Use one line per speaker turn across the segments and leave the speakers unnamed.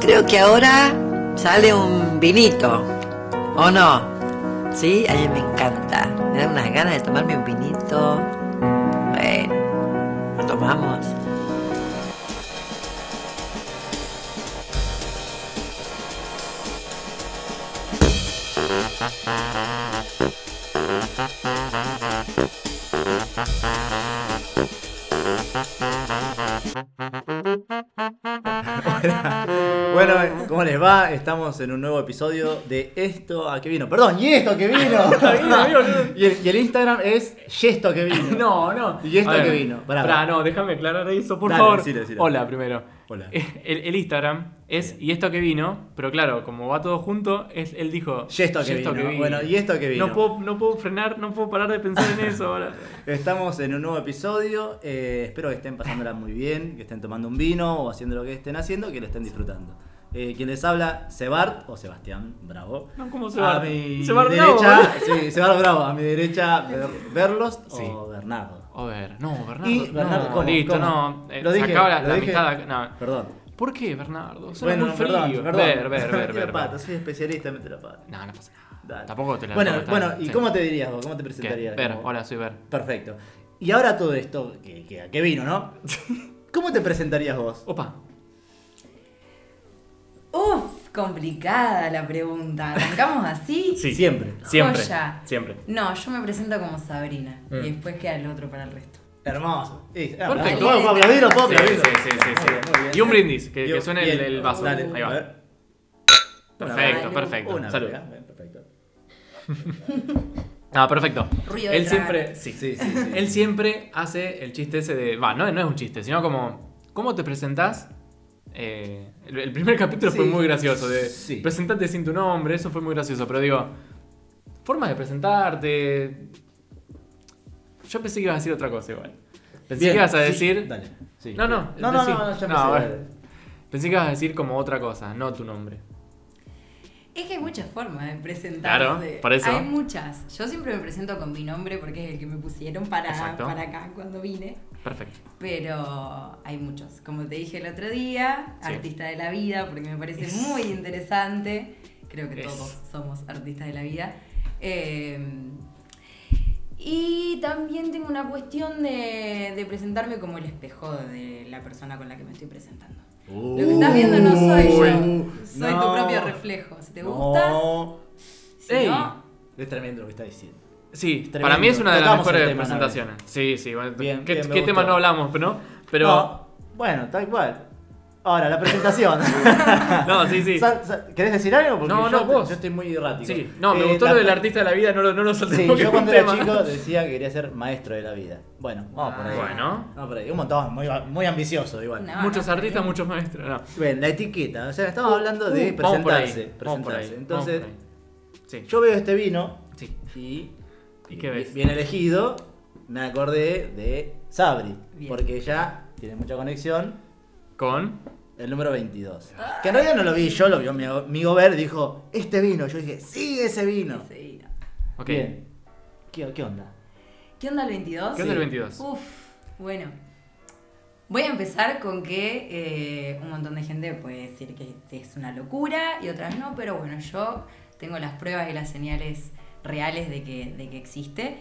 creo que ahora sale un vinito, ¿o no? Sí, a mí me encanta. Me da unas ganas de tomarme un vinito. Bueno, lo tomamos.
Bueno, ¿cómo les va? Estamos en un nuevo episodio de Esto a que vino. Perdón, y esto a que vino. y, el, y el Instagram es Yesto a que vino.
No, no.
¿Y esto
A ver,
que vino? Pará,
Pará,
pará.
no, déjame aclarar eso, por
Dale,
favor.
decilo, decilo.
Hola, primero.
Hola.
El, el Instagram es y esto que vino, pero claro, como va todo junto, es, él dijo.
Y esto que vino". Bueno, y esto que vino.
No puedo, no puedo frenar, no puedo parar de pensar en eso ahora.
Estamos en un nuevo episodio. eh, espero que estén pasándola muy bien, que estén tomando un vino o haciendo lo que estén haciendo, que lo estén disfrutando. Eh, quien les habla, Sebart o Sebastián Bravo.
No, ¿cómo Sebart?
A mi
Sebart Bravo,
derecha, sí, Sebart Bravo. A mi derecha, Ber- Berlost o Bernardo.
A ver, no, Bernardo.
Y Bernardo,
no,
¿cómo?
listo,
¿Cómo?
no. eh,
Lo dije,
se acaba la,
lo
la
dije.
amistad. acá, No.
Perdón.
¿Por qué, Bernardo? Suena muy frío.
perdón, perdón.
Ver, ver, ver,
Metí la
ver.
pata, soy especialista en meter la pata.
No, no pasa nada.
Dale.
Tampoco te la
Bueno,
tomo tan-
bueno, ¿y
sí.
cómo te dirías vos? ¿Cómo te
¿Qué?
presentarías?
Ver,
Como-
hola, soy Ver.
Perfecto. Y ahora todo esto que, que, a qué vino, ¿no? ¿Cómo te presentarías vos?
Opa.
Uf, complicada la pregunta. ¿Arrancamos así?
Sí.
Siempre.
Siempre.
Joya.
Siempre.
No, yo me presento como Sabrina.
Mm.
Y después queda el otro para el resto.
Hermoso. Sí,
Perfecto.
¿Puedo puedo aplaudirlo? ¿Puedo
Sí,
aplaudirlo?
sí, sí, sí, sí.
Muy bien, muy bien.
Y un brindis, que,
Y
que
un-
suene el,
bien.
el vaso.
Dale.
Ahí
A
va.
ver.
Perfecto,
Una-
perfecto.
Una
Salud.
vez, ¿eh? Perfecto.
Ah, perfecto.
Ruido de
él
tragar.
siempre, sí.
Sí, sí, sí.
Él siempre hace el chiste ese de. Va, no, no es un chiste, sino como. ¿Cómo te presentás? Eh, el, el primer capítulo fue
Sí.
muy gracioso. De,
Sí.
Presentate sin tu nombre, eso fue muy gracioso. Pero digo, formas de presentarte. Yo pensé que ibas a decir otra cosa igual. Pensé
Bien,
que ibas a
sí,
decir.
Dale. sí.
No, no,
No, no,
decí.
no, no, yo
No,
pensé-
bueno. Pensé que ibas a decir como otra cosa, no tu nombre.
Es que hay muchas formas de presentarse.
Claro, por eso.
Hay muchas. Yo siempre me presento con mi nombre porque es el que me pusieron para,
Exacto.
para acá cuando vine.
Perfecto.
Pero hay muchos. Como te dije el otro día,
Sí.
artista de la vida, porque me parece muy interesante. Creo que
Es.
todos somos artistas de la vida. Eh, y también tengo una cuestión de, de presentarme como el espejo de la persona con la que me estoy presentando. Lo que estás viendo no soy yo, soy
No.
tu propio reflejo. Si te gusta,
No.
si
Ey.
no,
Es tremendo lo que está diciendo.
Sí,
Tremendo.
para mí es una de las
Tocamos el
mejores
tema,
presentaciones. Sí, sí, bueno,
Bien,
¿qué,
bien, me
qué tema
gustó.
no hablamos, pero no? Pero.
No, bueno, tal cual. Ahora, la presentación.
No, sí, sí.
Sal- sal- ¿Querés decir algo? Porque
No,
yo,
no, vos.
yo estoy muy errático.
Sí, no, me
Eh,
gustó
la-
lo del artista de la vida, no lo, no lo solté
Sí,
porque
yo
es un
cuando era
tema.
chico decía que quería ser maestro de la vida. Bueno, vamos por ahí.
Bueno.
Vamos por ahí. Un montón, muy, muy ambicioso igual.
No,
muchos
no,
artistas,
no.
muchos maestros. No.
Ven, la etiqueta. O sea, estamos hablando de
Uh, vamos por ahí,
presentarse.
vamos por ahí,
presentarse.
vamos por
Entonces,
ahí. Sí,
yo veo este vino
sí.
y,
¿Y qué ves?
bien elegido, me acordé de Sabri.
Bien.
Porque ella tiene mucha conexión.
Con.
El número 22.
Ah.
Que en realidad no lo vi yo, lo vio mi amigo Ver, dijo, este vino. Yo dije, sí, ese vino.
sí, no.
Ok.
Bien. ¿Qué, qué onda?
¿Qué onda el 22?
¿Qué onda el 22?
Uf, bueno. Voy a empezar con que eh, un montón de gente puede decir que es una locura y otras no, pero bueno, yo tengo las pruebas y las señales reales de que, de que existe.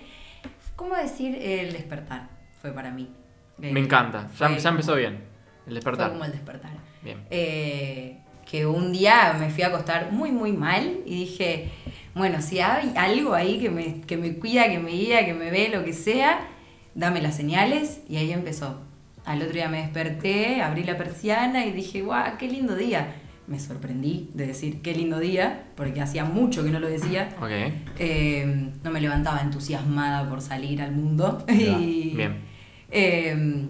¿Cómo decir el despertar? Fue para mí.
Me encanta. Ya,
Fue-
ya empezó bien. El
Fue
despertar.
como el despertar.
Bien.
Eh, que un día me fui a acostar muy, muy mal y dije, bueno, si hay algo ahí que me, que me cuida, que me guía, que me ve, lo que sea, dame las señales y ahí empezó. Al otro día me desperté, abrí la persiana y dije, guau, qué lindo día. Me sorprendí de decir qué lindo día, porque hacía mucho que no lo decía.
Ok.
Eh, no me levantaba entusiasmada por salir al mundo.
va.
Y,
Bien.
eh,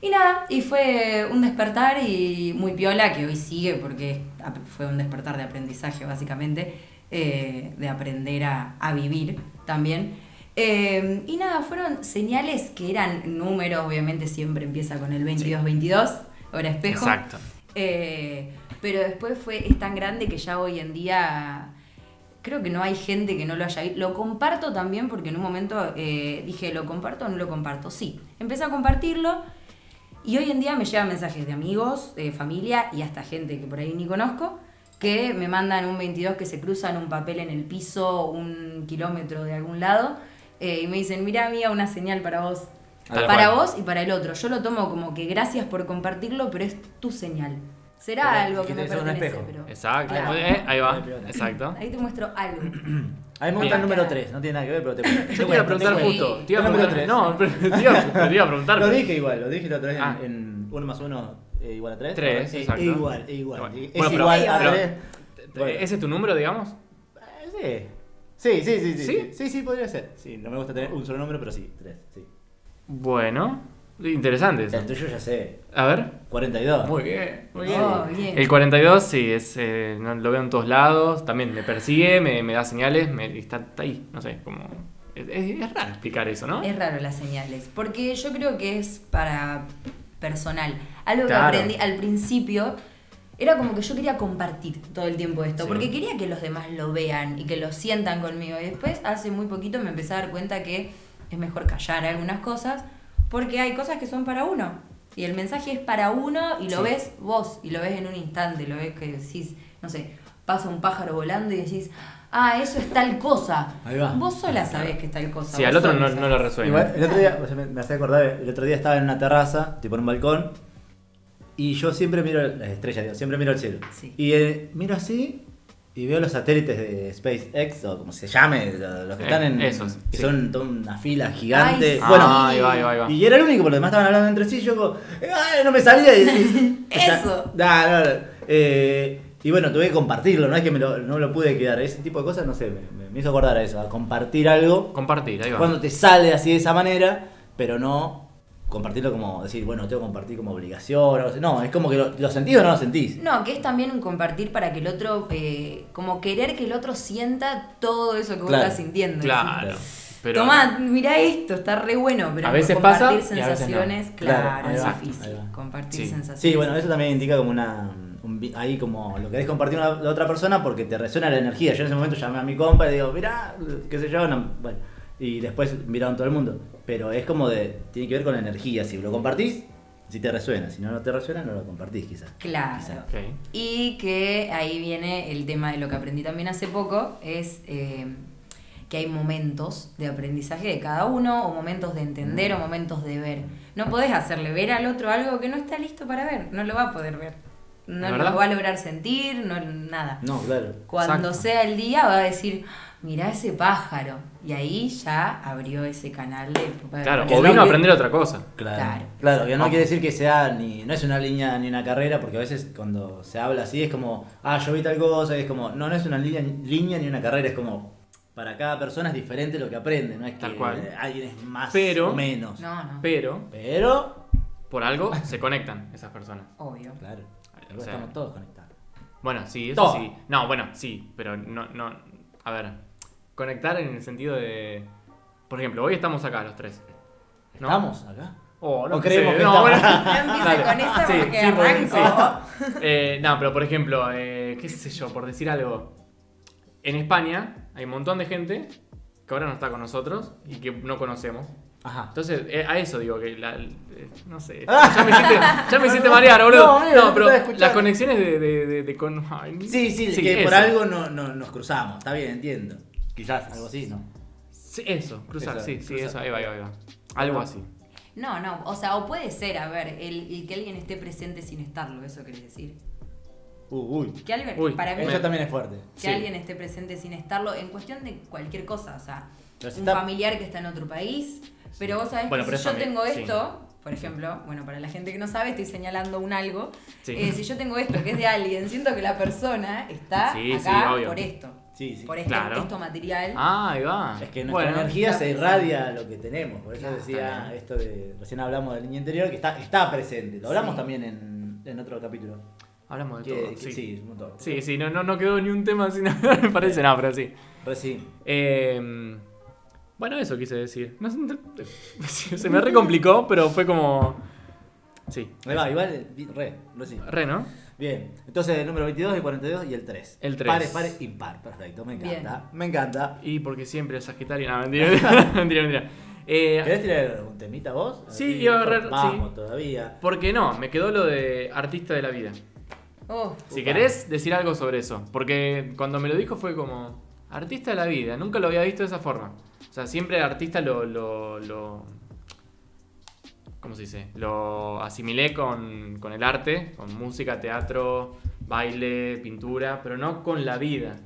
y nada, y fue un despertar y muy piola que hoy sigue porque ap- fue un despertar de aprendizaje básicamente, eh, de aprender a, a vivir también. Eh, y nada, fueron señales que eran números, obviamente siempre empieza con el 22-22, hora espejo.
Exacto.
Eh, pero después fue, es tan grande que ya hoy en día creo que no hay gente que no lo haya visto. Lo comparto también porque en un momento eh, dije, ¿lo comparto o no lo comparto? Sí, empecé a compartirlo Y hoy en día me llegan mensajes de amigos, de familia y hasta gente que por ahí ni conozco, que me mandan un 22 que se cruzan un papel en el piso, un kilómetro de algún lado, eh, y me dicen, mira amiga, una señal para vos.
Tal
para
cual.
vos y para el otro. Yo lo tomo como que gracias por compartirlo, pero es tu señal. Será
Pero,
algo
que
que me
tenés un
pertenece,
espejo.
pero...
Exacto.
Claro.
Eh, ahí va. Exacto.
Ahí te muestro algo.
A mí me gusta el
Mira.
número 3, no tiene nada que ver, pero te cuento.
Yo te iba a preguntar
Sí.
justo. Te iba a
Número
preguntar.
tres.
No, pero te iba a- te iba a preguntar.
Lo dije igual, lo dije la otra vez en-
Ah.
en 1 más 1 igual a 3.
Tres, exacto.
Igual, es igual.
Bueno,
Es
bueno, pero-
igual a
pero-
3. Bueno.
¿E-, ¿Ese es tu número, digamos?
Eh, Sí, sí, sí, sí.
¿Sí?
Sí, sí, sí, podría ser. Sí, no me gusta tener un solo número, pero sí, 3. Sí.
Bueno. Interesante eso.
El tuyo ya sé,
A ver.
42.
Muy bien, muy bien.
Oh, bien.
El 42, sí, es, eh, no- lo veo en todos lados. También me persigue, me, me da señales, me, y está, está ahí. No sé, como. Es, es- es raro explicar eso, ¿no?
Es raro las señales, porque yo creo que es para personal. Algo
Claro.
que aprendí al principio era como que yo quería compartir todo el tiempo esto,
Sí.
porque quería que los demás lo vean y que lo sientan conmigo. Y después, hace muy poquito, me empecé a dar cuenta que es mejor callar algunas cosas, porque hay cosas que son para uno. Y el mensaje es para uno y lo
Sí.
ves vos, y lo ves en un instante, lo ves que decís, no sé, pasa un pájaro volando y decís, ah, eso es tal cosa.
Ahí va.
Vos sola sabés que es tal cosa.
Sí,
vos
al otro
sola
no, no
sabés.
lo resuelve.
Igual, el otro día, o sea, me, me hace acordar, el otro día estaba en una terraza, tipo en un balcón, y yo siempre miro las estrellas, digo, siempre miro el cielo.
Sí.
Y eh, miro así y veo los satélites de SpaceX, o como se llame, lo- los que
Eh,
están en.
esos,
que
sí.
son toda una fila gigante.
Ay, sí.
Bueno,
Ah, ahí va, ahí va, ahí va.
Y era el único, porque los demás estaban hablando entre sí. Yo, como, ¡ay, no me salía! Y decís,
Eso.
nah, no, no. Eh, y bueno, tuve que compartirlo, no es que me lo, no me lo pude quedar. Ese tipo de cosas, no sé, me, me hizo acordar a eso, a compartir algo.
Compartir, ahí va.
Cuando te sale así de esa manera, pero no compartirlo como decir, bueno, tengo que compartir como obligación. o algo así. No, es como que lo, lo sentís o no lo sentís.
No, que es también un compartir para que el otro, eh, como querer que el otro sienta todo eso que vos
Claro.
estás sintiendo.
Claro. Pero,
Tomá, mirá esto, está re bueno, pero
A veces
compartir
pasa y a veces no.
sensaciones,
Claro,
claro,
ahí
es
va, ahí
difícil.
va.
Compartir
Sí.
sensaciones.
Sí, bueno, eso también indica como una. un vi- ahí como lo querés compartir con la, la otra persona porque te resuena la energía. Yo en ese momento llamé a mi compa y le digo, mirá, qué sé yo. no- bueno, y después miraron todo el mundo. Pero es como de. Tiene que ver con la energía. Si lo compartís, si te resuena. Si no, no te resuena, no lo compartís quizás.
Claro.
Quizá.
Ok.
Y que ahí viene el tema de lo que aprendí también hace poco, es eh, que hay momentos de aprendizaje de cada uno, o momentos de entender,
Mm.
o momentos de ver. No podés hacerle ver al otro algo que no está listo para ver, no lo va a poder ver. No
¿La verdad? Mm,
lo va a lograr sentir, no nada.
No, claro.
Cuando
Exacto.
sea el día va a decir, mirá ese pájaro. Y ahí ya abrió ese canal de...
Claro,
Que
o
no
vino a
que-
aprender otra cosa.
Claro,
Claro.
claro, que no quiere decir que sea ni, no es una línea ni una carrera, porque a veces cuando se habla así es como, ah, yo vi tal cosa, y es como, no, no es una línea, línea ni una carrera, es como, para cada persona es diferente lo que aprende, no es que
Tal cual.
eh, alguien es más
Pero-
o menos.
No, no,
Pero,
Pero,
por algo, se conectan esas personas.
obvio.
claro,
O sea-
estamos todos conectados.
Bueno, sí, eso
Todo.
sí. No, bueno, sí, pero no, no. A ver, conectar en el sentido de. Por ejemplo, hoy estamos acá los tres. ¿no?
¿Estamos acá?
Oh,
¿O
no,
creemos
sé,
que
no,
estamos?
bueno.
No empieces con
Dale.
esa
Sí,
porque
sí, porque-
arranco.
Eh, no, pero por ejemplo, eh, qué sé yo, por decir algo. En España hay un montón de gente que ahora no está con nosotros y que no conocemos.
Ajá.
Entonces, eh, a eso digo que la- eh, no sé. Ya me hiciste, ya me hiciste marear, boludo.
No, amigo, no te
pero
estaba escuchando.
las conexiones de, de, de- de con- ay,
Sí, sí, que por
eso.
algo no, no- nos cruzamos, está bien, entiendo. Quizás algo así, ¿no?
Sí, eso, cruzar,
Eso,
sí, sí,
cruzar.
eso, ahí va, ahí va, ahí va. Algo así.
No, no, o sea, o puede ser, a ver, el, el que alguien esté presente sin estarlo, eso querés decir.
Uh, uy.
Que alguien,
Uy,
para mí,
Eso también es fuerte.
que
sí.
alguien esté presente sin estarlo en cuestión de cualquier cosa, o sea,
Pero si
un
está-
familiar que está en otro país, pero vos sabés
Bueno,
que
pero
si
eso
yo
me-
tengo
sí.
esto, por ejemplo, bueno, para la gente que no sabe, estoy señalando un algo,
Sí.
eh, si yo tengo esto que es de alguien, siento que la persona está
Sí, sí,
acá
obvio.
por esto,
Sí, sí.
por esto,
Claro.
esto material.
Ah, ahí va.
Es que nuestra
Bueno,
energía
está
se
presente.
irradia a lo que tenemos. Por eso
Claro, está
decía
bien.
esto de. Recién hablamos de la línea interior, que está, está presente. Lo hablamos
Sí.
también en, en otro capítulo.
Hablamos de
Que-
todo.
que- sí.
Sí, sí,
un montón.
sí, no, no, no quedó ni un tema sin hablar, me parece, no, pero sí.
Re sí.
Eh, bueno, eso quise decir. No sé, se me recomplicó, pero fue como. Sí. Ah.
Ahí va, igual, eh, re, re sí.
Re, ¿no?
Bien, entonces el número 22, el 42 y el 3.
El tres.
Pares, pares, impar. Perfecto, me encanta. Me encanta.
Y porque siempre el Sagitario. No, mentira, mentira, mentira. mentira. Eh,
¿Querés tirar un temita vos?
Sí,
Así,
iba a agarrar,
Vamos
sí.
todavía.
¿Por qué no? Me quedó lo de artista de la vida.
Oh,
Si
Upa.
querés decir algo sobre eso, porque cuando me lo dijo fue como artista de la vida, nunca lo había visto de esa forma. O sea, siempre artista lo, lo, lo- ¿cómo se dice? Lo asimilé con, con el arte, con música, teatro, baile, pintura, pero no con la vida.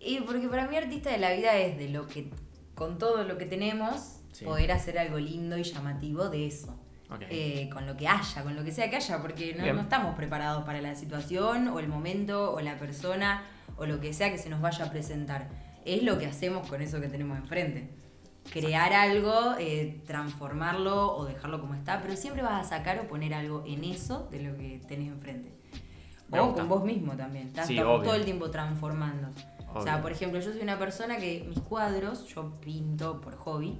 Y porque para mí artista de la vida es de lo que, con todo lo que tenemos,
Sí.
poder hacer algo lindo y llamativo de eso.
Ok.
Eh, con lo que haya, con lo que sea que haya, porque no,
Bien.
no estamos preparados para la situación o el momento o la persona o lo que sea que se nos vaya a presentar. Es lo que hacemos con eso que tenemos enfrente. Crear algo, eh, transformarlo o dejarlo como está, pero siempre vas a sacar o poner algo en eso de lo que tenés enfrente.
Me
O
gusta.
con vos mismo también. Estás
Sí,
to-
obvio.
todo el tiempo transformando. O sea,
Obvio.
por ejemplo, yo soy una persona que mis cuadros, yo pinto por hobby,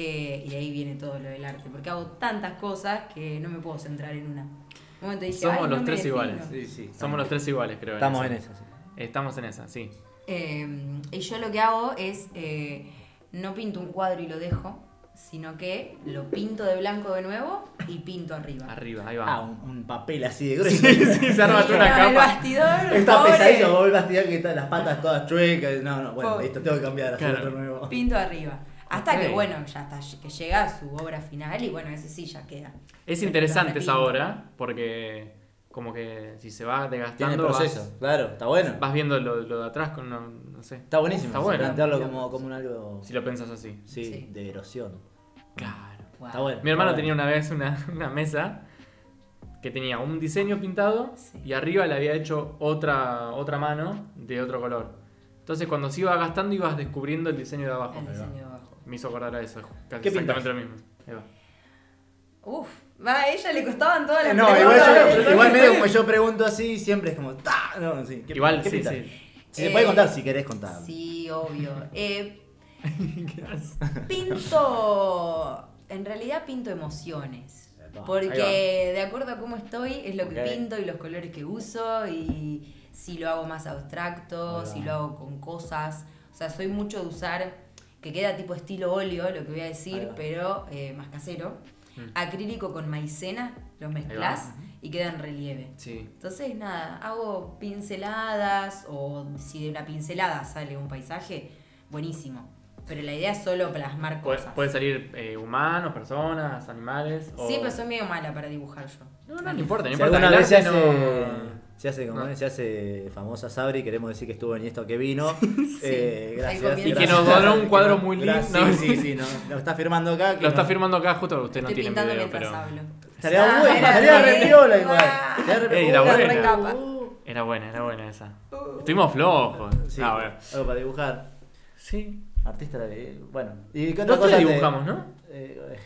eh, y de ahí viene todo lo del arte, porque hago tantas cosas que no me puedo centrar en una. Un momento dije,
Somos
"Ay, no
los
me
tres
defino".
iguales.
Sí, sí.
Somos los tres iguales, creo.
Estamos en
eso.
esa, sí.
Estamos en esa, sí.
Eh, y yo lo que hago es, eh, no pinto un cuadro y lo dejo, sino que lo pinto de blanco de nuevo y pinto arriba.
Arriba, ahí va.
Ah, un, un papel así de grueso.
sí, se arma
Sí,
toda una
no, el
capa.
bastidor,
Está
pobre.
pesadito, vos vas a tirar que está- las patas todas chuecas. No, no, bueno,
Pobre.
listo, tengo que cambiar, hacer
Claro.
otro nuevo.
Pinto arriba. Hasta
Ok.
que, bueno, ya está, que llega a su obra final y bueno, ese sí ya queda.
Es interesante esa hora, porque como que si se va
Tiene
desgastando, vas-
proceso, claro, está bueno.
Vas viendo lo, lo de atrás con no, no sé.
Está buenísimo.
Está
sí,
bueno.
Plantearlo como, como un algo.
Si lo pensás así.
Sí,
Sí.
de erosión.
Claro.
Wow.
Está bueno.
Mi hermano
está
tenía
bueno.
una vez una, una mesa que tenía un diseño pintado
Sí.
y arriba le había hecho otra, otra mano de otro color. Entonces cuando se iba gastando ibas descubriendo el diseño de abajo.
El diseño abajo.
Me hizo acordar a eso, casi
¿Qué
exactamente lo mismo. Ahí va.
Uf, va, a ella le costaban todas las
Eh, No,
preguntas.
igual, yo, igual medio como yo pregunto así, siempre es como. ¡tah! No, sí, ¿qué-
Igual,
qué
sí,
pinta?
sí.
Si se puede contar,
Eh,
si querés contar.
Sí, obvio. Eh, pinto. En realidad pinto emociones.
Epa,
Porque de acuerdo a cómo estoy, es lo que
Ok.
pinto y los colores que uso y si lo hago más abstracto,
Ahí va.
si lo hago con cosas. O sea, soy mucho de usar, que queda tipo estilo óleo, lo que voy a
Ahí
decir,
va.
pero eh, más casero.
Mm.
Acrílico con maicena, los mezclas y queda en relieve.
Sí.
Entonces, nada, hago pinceladas o si de una pincelada sale un paisaje, buenísimo. Pero la idea es solo plasmar
Puede,
cosas.
puede salir eh, humanos, personas, animales. O...
Sí, pero soy medio mala para dibujar yo.
No, no, no importa, no
Si
importa.
alguna
el
vez se hace,
arte no-
se hace como
no.
es, se hace famosa Sabri, queremos decir que estuvo en esto que vino. Eh,
Ahí
gracias.
comienza.
Y que nos donó un cuadro muy lindo.
Gracias, Sí, sí, sí, no, lo está firmando acá. que
Lo está
no-
firmando acá, justo usted no
Estoy
tiene
pintando
video,
mientras
pero.
hablo.
Estaría
Ah,
bueno,
era
estaría
re-
re piola
Ah.
igual. Estaría re-
Ey, era
uh,
buena.
Recapa.
uh,
Era buena, era buena esa.
Uh.
Estuvimos flojos.
Sí,
Ah, bueno.
algo para dibujar.
Sí.
Artista de. Bueno. ¿Y qué otra
Nosotros
cosa te-
dibujamos, ¿no?
eh,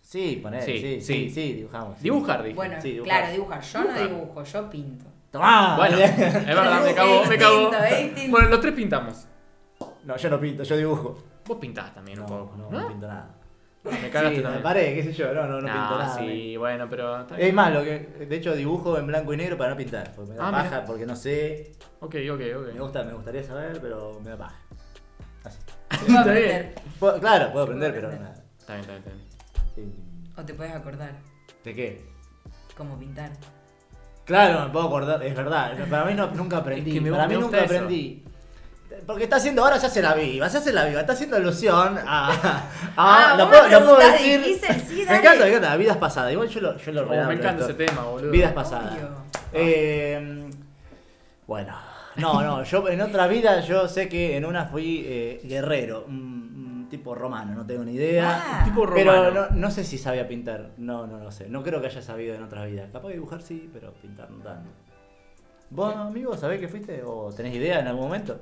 sí, poner,
Sí,
sí, sí,
sí.
sí, dibujamos. sí.
Dibujar, dije.
Bueno,
Sí, dibujar.
claro, dibujar. Yo
Dibujar.
no dibujo, yo pinto.
Tomá.
Bueno, es verdad, me cagó, me cagó.
Distinto, es distinto.
Bueno, los tres pintamos.
No, yo no pinto, yo dibujo.
Vos pintás también un
No,
poco,
no,
¿no?
no pinto nada.
Me
Sí,
cagaste
me
también.
paré, qué sé yo, no, no, no pinto
Nah,
nada. Eh.
sí, bueno, pero. está
Es
bien.
más, lo que, de hecho dibujo en blanco y negro para no pintar, porque me da
Ah,
paja,
mirá.
porque no sé,
Ok, ok,
me
ok.
gusta, me gustaría saber, pero me da paja. Así.
Puedo
Está bien.
aprender.
Puedo- claro, puedo
Sí,
aprender, pero
puedo aprender.
nada.
Está bien, está bien, está bien.
Eh,
O te puedes acordar
¿De qué?
cómo pintar.
Claro, me puedo acordar, es verdad, para mí no- nunca aprendí,
Es que me-
para
me
mí
gusta
nunca
eso.
aprendí. Porque está haciendo, ahora se hace la viva, se hace la viva, está haciendo alusión a... a-
Ah,
lo
vos
puedo,
me
lo puedo
preguntás
decir...
difícil, sí,
me
dale.
encanta, me encanta, vidas pasadas, igual yo lo, yo lo
Oh,
reabro
me encanta
esto.
ese tema, boludo.
Vidas pasadas.
Obvio.
Eh, bueno, no, no, yo en otra vida yo sé que en una fui eh, guerrero, un, un tipo romano, no tengo ni idea.
Ah.
Tipo romano.
Pero no, no sé si sabía pintar, no, no lo sé, no creo que haya sabido en otras vidas. Capaz de dibujar sí, pero pintar no tanto. ¿Vos, amigo, sabés que fuiste o tenés idea en algún momento?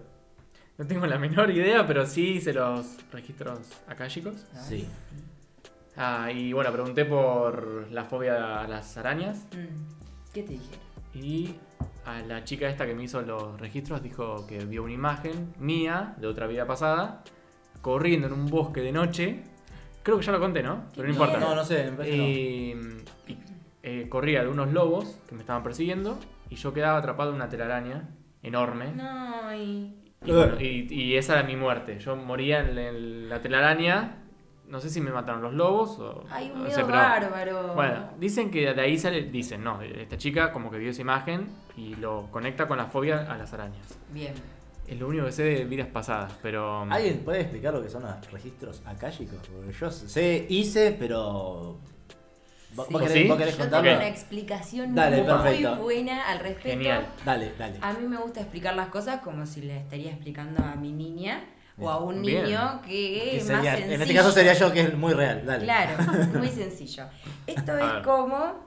No tengo la menor idea, pero sí hice los registros acá, chicos.
Sí.
Ah, y bueno, pregunté por la fobia a las arañas.
Mm. ¿Qué te dije?
Y a la chica esta que me hizo los registros dijo que vio una imagen mía de otra vida pasada corriendo en un bosque de noche. Creo que ya lo conté, ¿no? Pero no importa.
No, no sé, me parece
Eh,
que
Y, y, eh, corría de unos lobos que me estaban persiguiendo y yo quedaba atrapado en una telaraña enorme.
No, y...
Y, bueno, y- y esa era mi muerte. Yo moría en, la- en la telaraña. No sé si me mataron los lobos o.
Hay un
no
miedo
sé, pero-
bárbaro.
Bueno, dicen que de ahí sale. Dicen, no, esta chica como que vio esa imagen y lo conecta con la fobia a las arañas.
Bien.
Es lo único que sé de vidas pasadas, pero. mm,
¿Alguien puede explicar lo que son los registros akáshicos? Porque yo sé, hice, pero. ¿Vos,
Sí.
vos
¿Oh,
querés,
sí?
vos querés
Yo
contarlo?
tengo una explicación
Dale,
muy
perfecto.
buena al respecto.
Genial.
Dale, dale.
A mí me gusta explicar las cosas como si le estaría explicando a mi niña o a un
Bien.
niño que
Que
es más
sería-
sencillo.
en este caso sería yo, que es muy real. Dale.
Claro, muy sencillo. Esto
A
es
ver.
como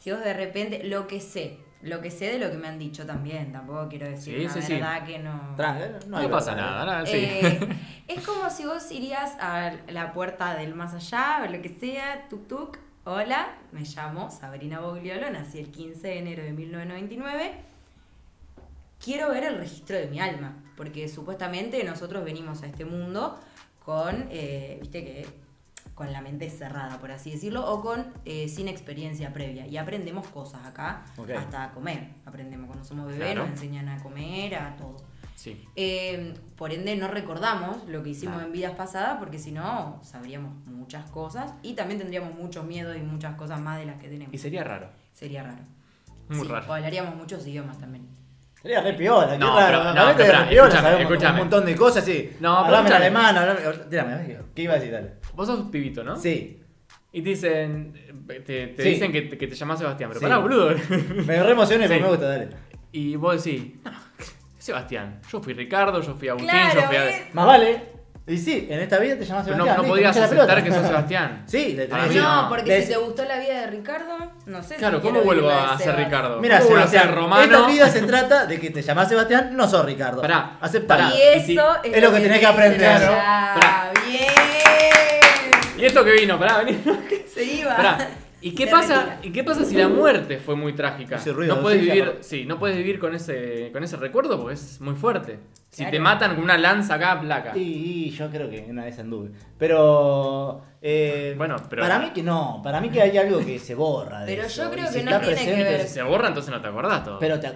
si vos de repente, lo que sé, lo que sé de lo que me han dicho también, tampoco quiero decir
Sí,
una
sí, sí.
verdad que no.
Tran- eh, no
No,
hay
pasa
problema.
nada, nada, Ah, sí.
Eh, es como si vos irías a la puerta del más allá o lo que sea, tuk tuk, hola, me llamo Sabrina Bogliolo, nací el 15 de enero de 1999. Quiero ver el registro de mi alma, porque supuestamente nosotros venimos a este mundo con, eh, viste que, con la mente cerrada, por así decirlo, o con eh, sin experiencia previa. Y aprendemos cosas acá,
Ok.
hasta comer. Aprendemos cuando somos bebés,
Claro.
nos enseñan a comer, a todo.
Sí.
Eh, por ende, no recordamos lo que hicimos
Claro.
en vidas pasadas porque si no, sabríamos muchas cosas y también tendríamos mucho miedo y muchas cosas más de las que tenemos.
Y sería raro.
Sería raro.
Muy
Sí, O
raro.
hablaríamos muchos idiomas también.
Sería re piola,
No,
qué raro.
pero- no,
Normalmente
pero
de
pará,
re piola
escúchame,
sabemos
escúchame.
un montón de cosas, sí.
No, pero
hablame en
escúchame.
alemán, hablame. Dígame, a ver, ¿qué iba a decir? Dale.
Vos sos pibito, ¿no?
Sí,
Y te dicen. Te, te
Sí.
dicen que, te- que te llamás Sebastián, pero
Sí.
pará, boludo.
me re emocioné,
Sí.
pero me gusta, dale.
y vos decís, no, Sebastián. Yo fui Ricardo, yo fui Agustín,
Claro,
yo fui. a-
¿ves?
Más vale. Y sí, en esta vida te llamas
Pero no,
Sebastián.
no
listo,
podías
hincha la
aceptar
pelota.
que sos Sebastián. Ah,
Sí, le
Para
tenés
mí
que-
No, porque
des-
si te gustó la vida de Ricardo, no sé
Claro, ¿cómo
si quiero vivir
vuelvo
la de
a ser
Sebas.
Ricardo?
Mira,
¿Cómo vuelvo a
Sebastián,
ser romano?
esta vida se trata de que te llamás Sebastián, no sos Ricardo.
Pará,
Aceptalo.
pará.
Y eso
Y sí,
es,
es lo que tenés que
te dicen
aprender, ¿no?
allá.
Pará.
Bien.
¿Y esto que vino? Pará, vení.
Se iba.
Pará. ¿Y qué,
Se
pasa,
retira.
¿Y qué pasa si la muerte fue muy trágica?
Ese ruido,
no puedes
sí, ya
vivir,
acordé.
sí, no puedes vivir con ese, con ese recuerdo porque es muy fuerte. Si te
Claro.
matan con una lanza acá, placa.
Y, y yo creo que una vez anduve. Pero. eh,
Bueno, pero-
Para mí que no. Para mí que hay algo que se borra. de
Pero yo
eso,
creo
y si
que no
está
tiene que
presente,
ver.
Si se borra, entonces no te acordás todo.
Pero te.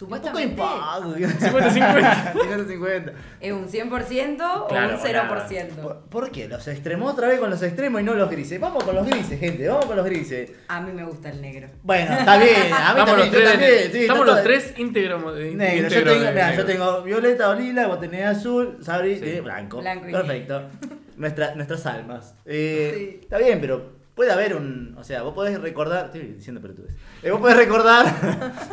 Un poco
Supuestamente
impago.
50-50.
50-50.
es un 100%
Claro,
o
o
un 0%.
¿Por, por qué? Los extremó otra vez con los extremos y no los grises. Vamos con los grises, gente. Vamos con los grises.
A mí me gusta el negro.
Bueno, está bien. A mí
estamos
también,
los
yo
tres,
también, sí,
de-
está
estamos
todo-
los tres eh, íntegros.
Negro, yo tengo, mirá, yo tengo violeta o lila, vos tenés azul, Sabri
Sí.
tiene blanco.
Blanco y
Perfecto. Nuestra- nuestras almas. Eh,
Sí.
Está bien, pero puede haber un. O sea, vos podés recordar. Estoy diciendo pelotudes. Eh, vos podés recordar.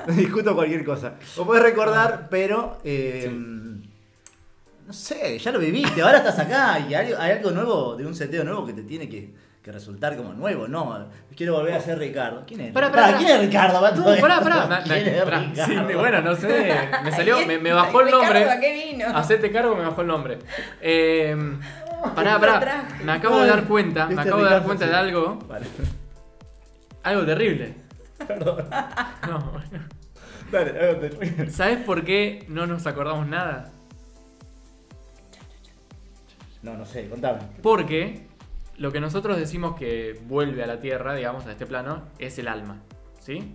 discuto cualquier cosa. Vos podés recordar, pero. eh, No sé, ya lo viviste, ahora estás acá y hay, hay algo nuevo, de un seteo nuevo que te tiene que, que resultar como nuevo. No, quiero volver a ser Ricardo. ¿Quién es?
Pará,
Ricardo?
pará,
Pará,
pará.
¿Quién es Ricardo? Va todo
No, pará, pará.
esto.
me- me-
¿Quién es
pará. Sí,
Ricardo?
bueno, no sé. Me salió, me, me bajó el
Ricardo,
nombre. Ah,
¿a qué vino?
Hacete cargo, me bajó el nombre. Eh, pará,
Lo
pará.
traje.
Me acabo de dar cuenta, me
Viste,
acabo de dar
Este Ricardo,
cuenta
sí.
de algo.
Vale.
Algo terrible. No.
Dale, hágate.
¿Sabes por qué no nos acordamos nada?
No, no sé, contame.
Porque lo que nosotros decimos que vuelve a la Tierra, digamos, a este plano, es el alma. ¿Sí?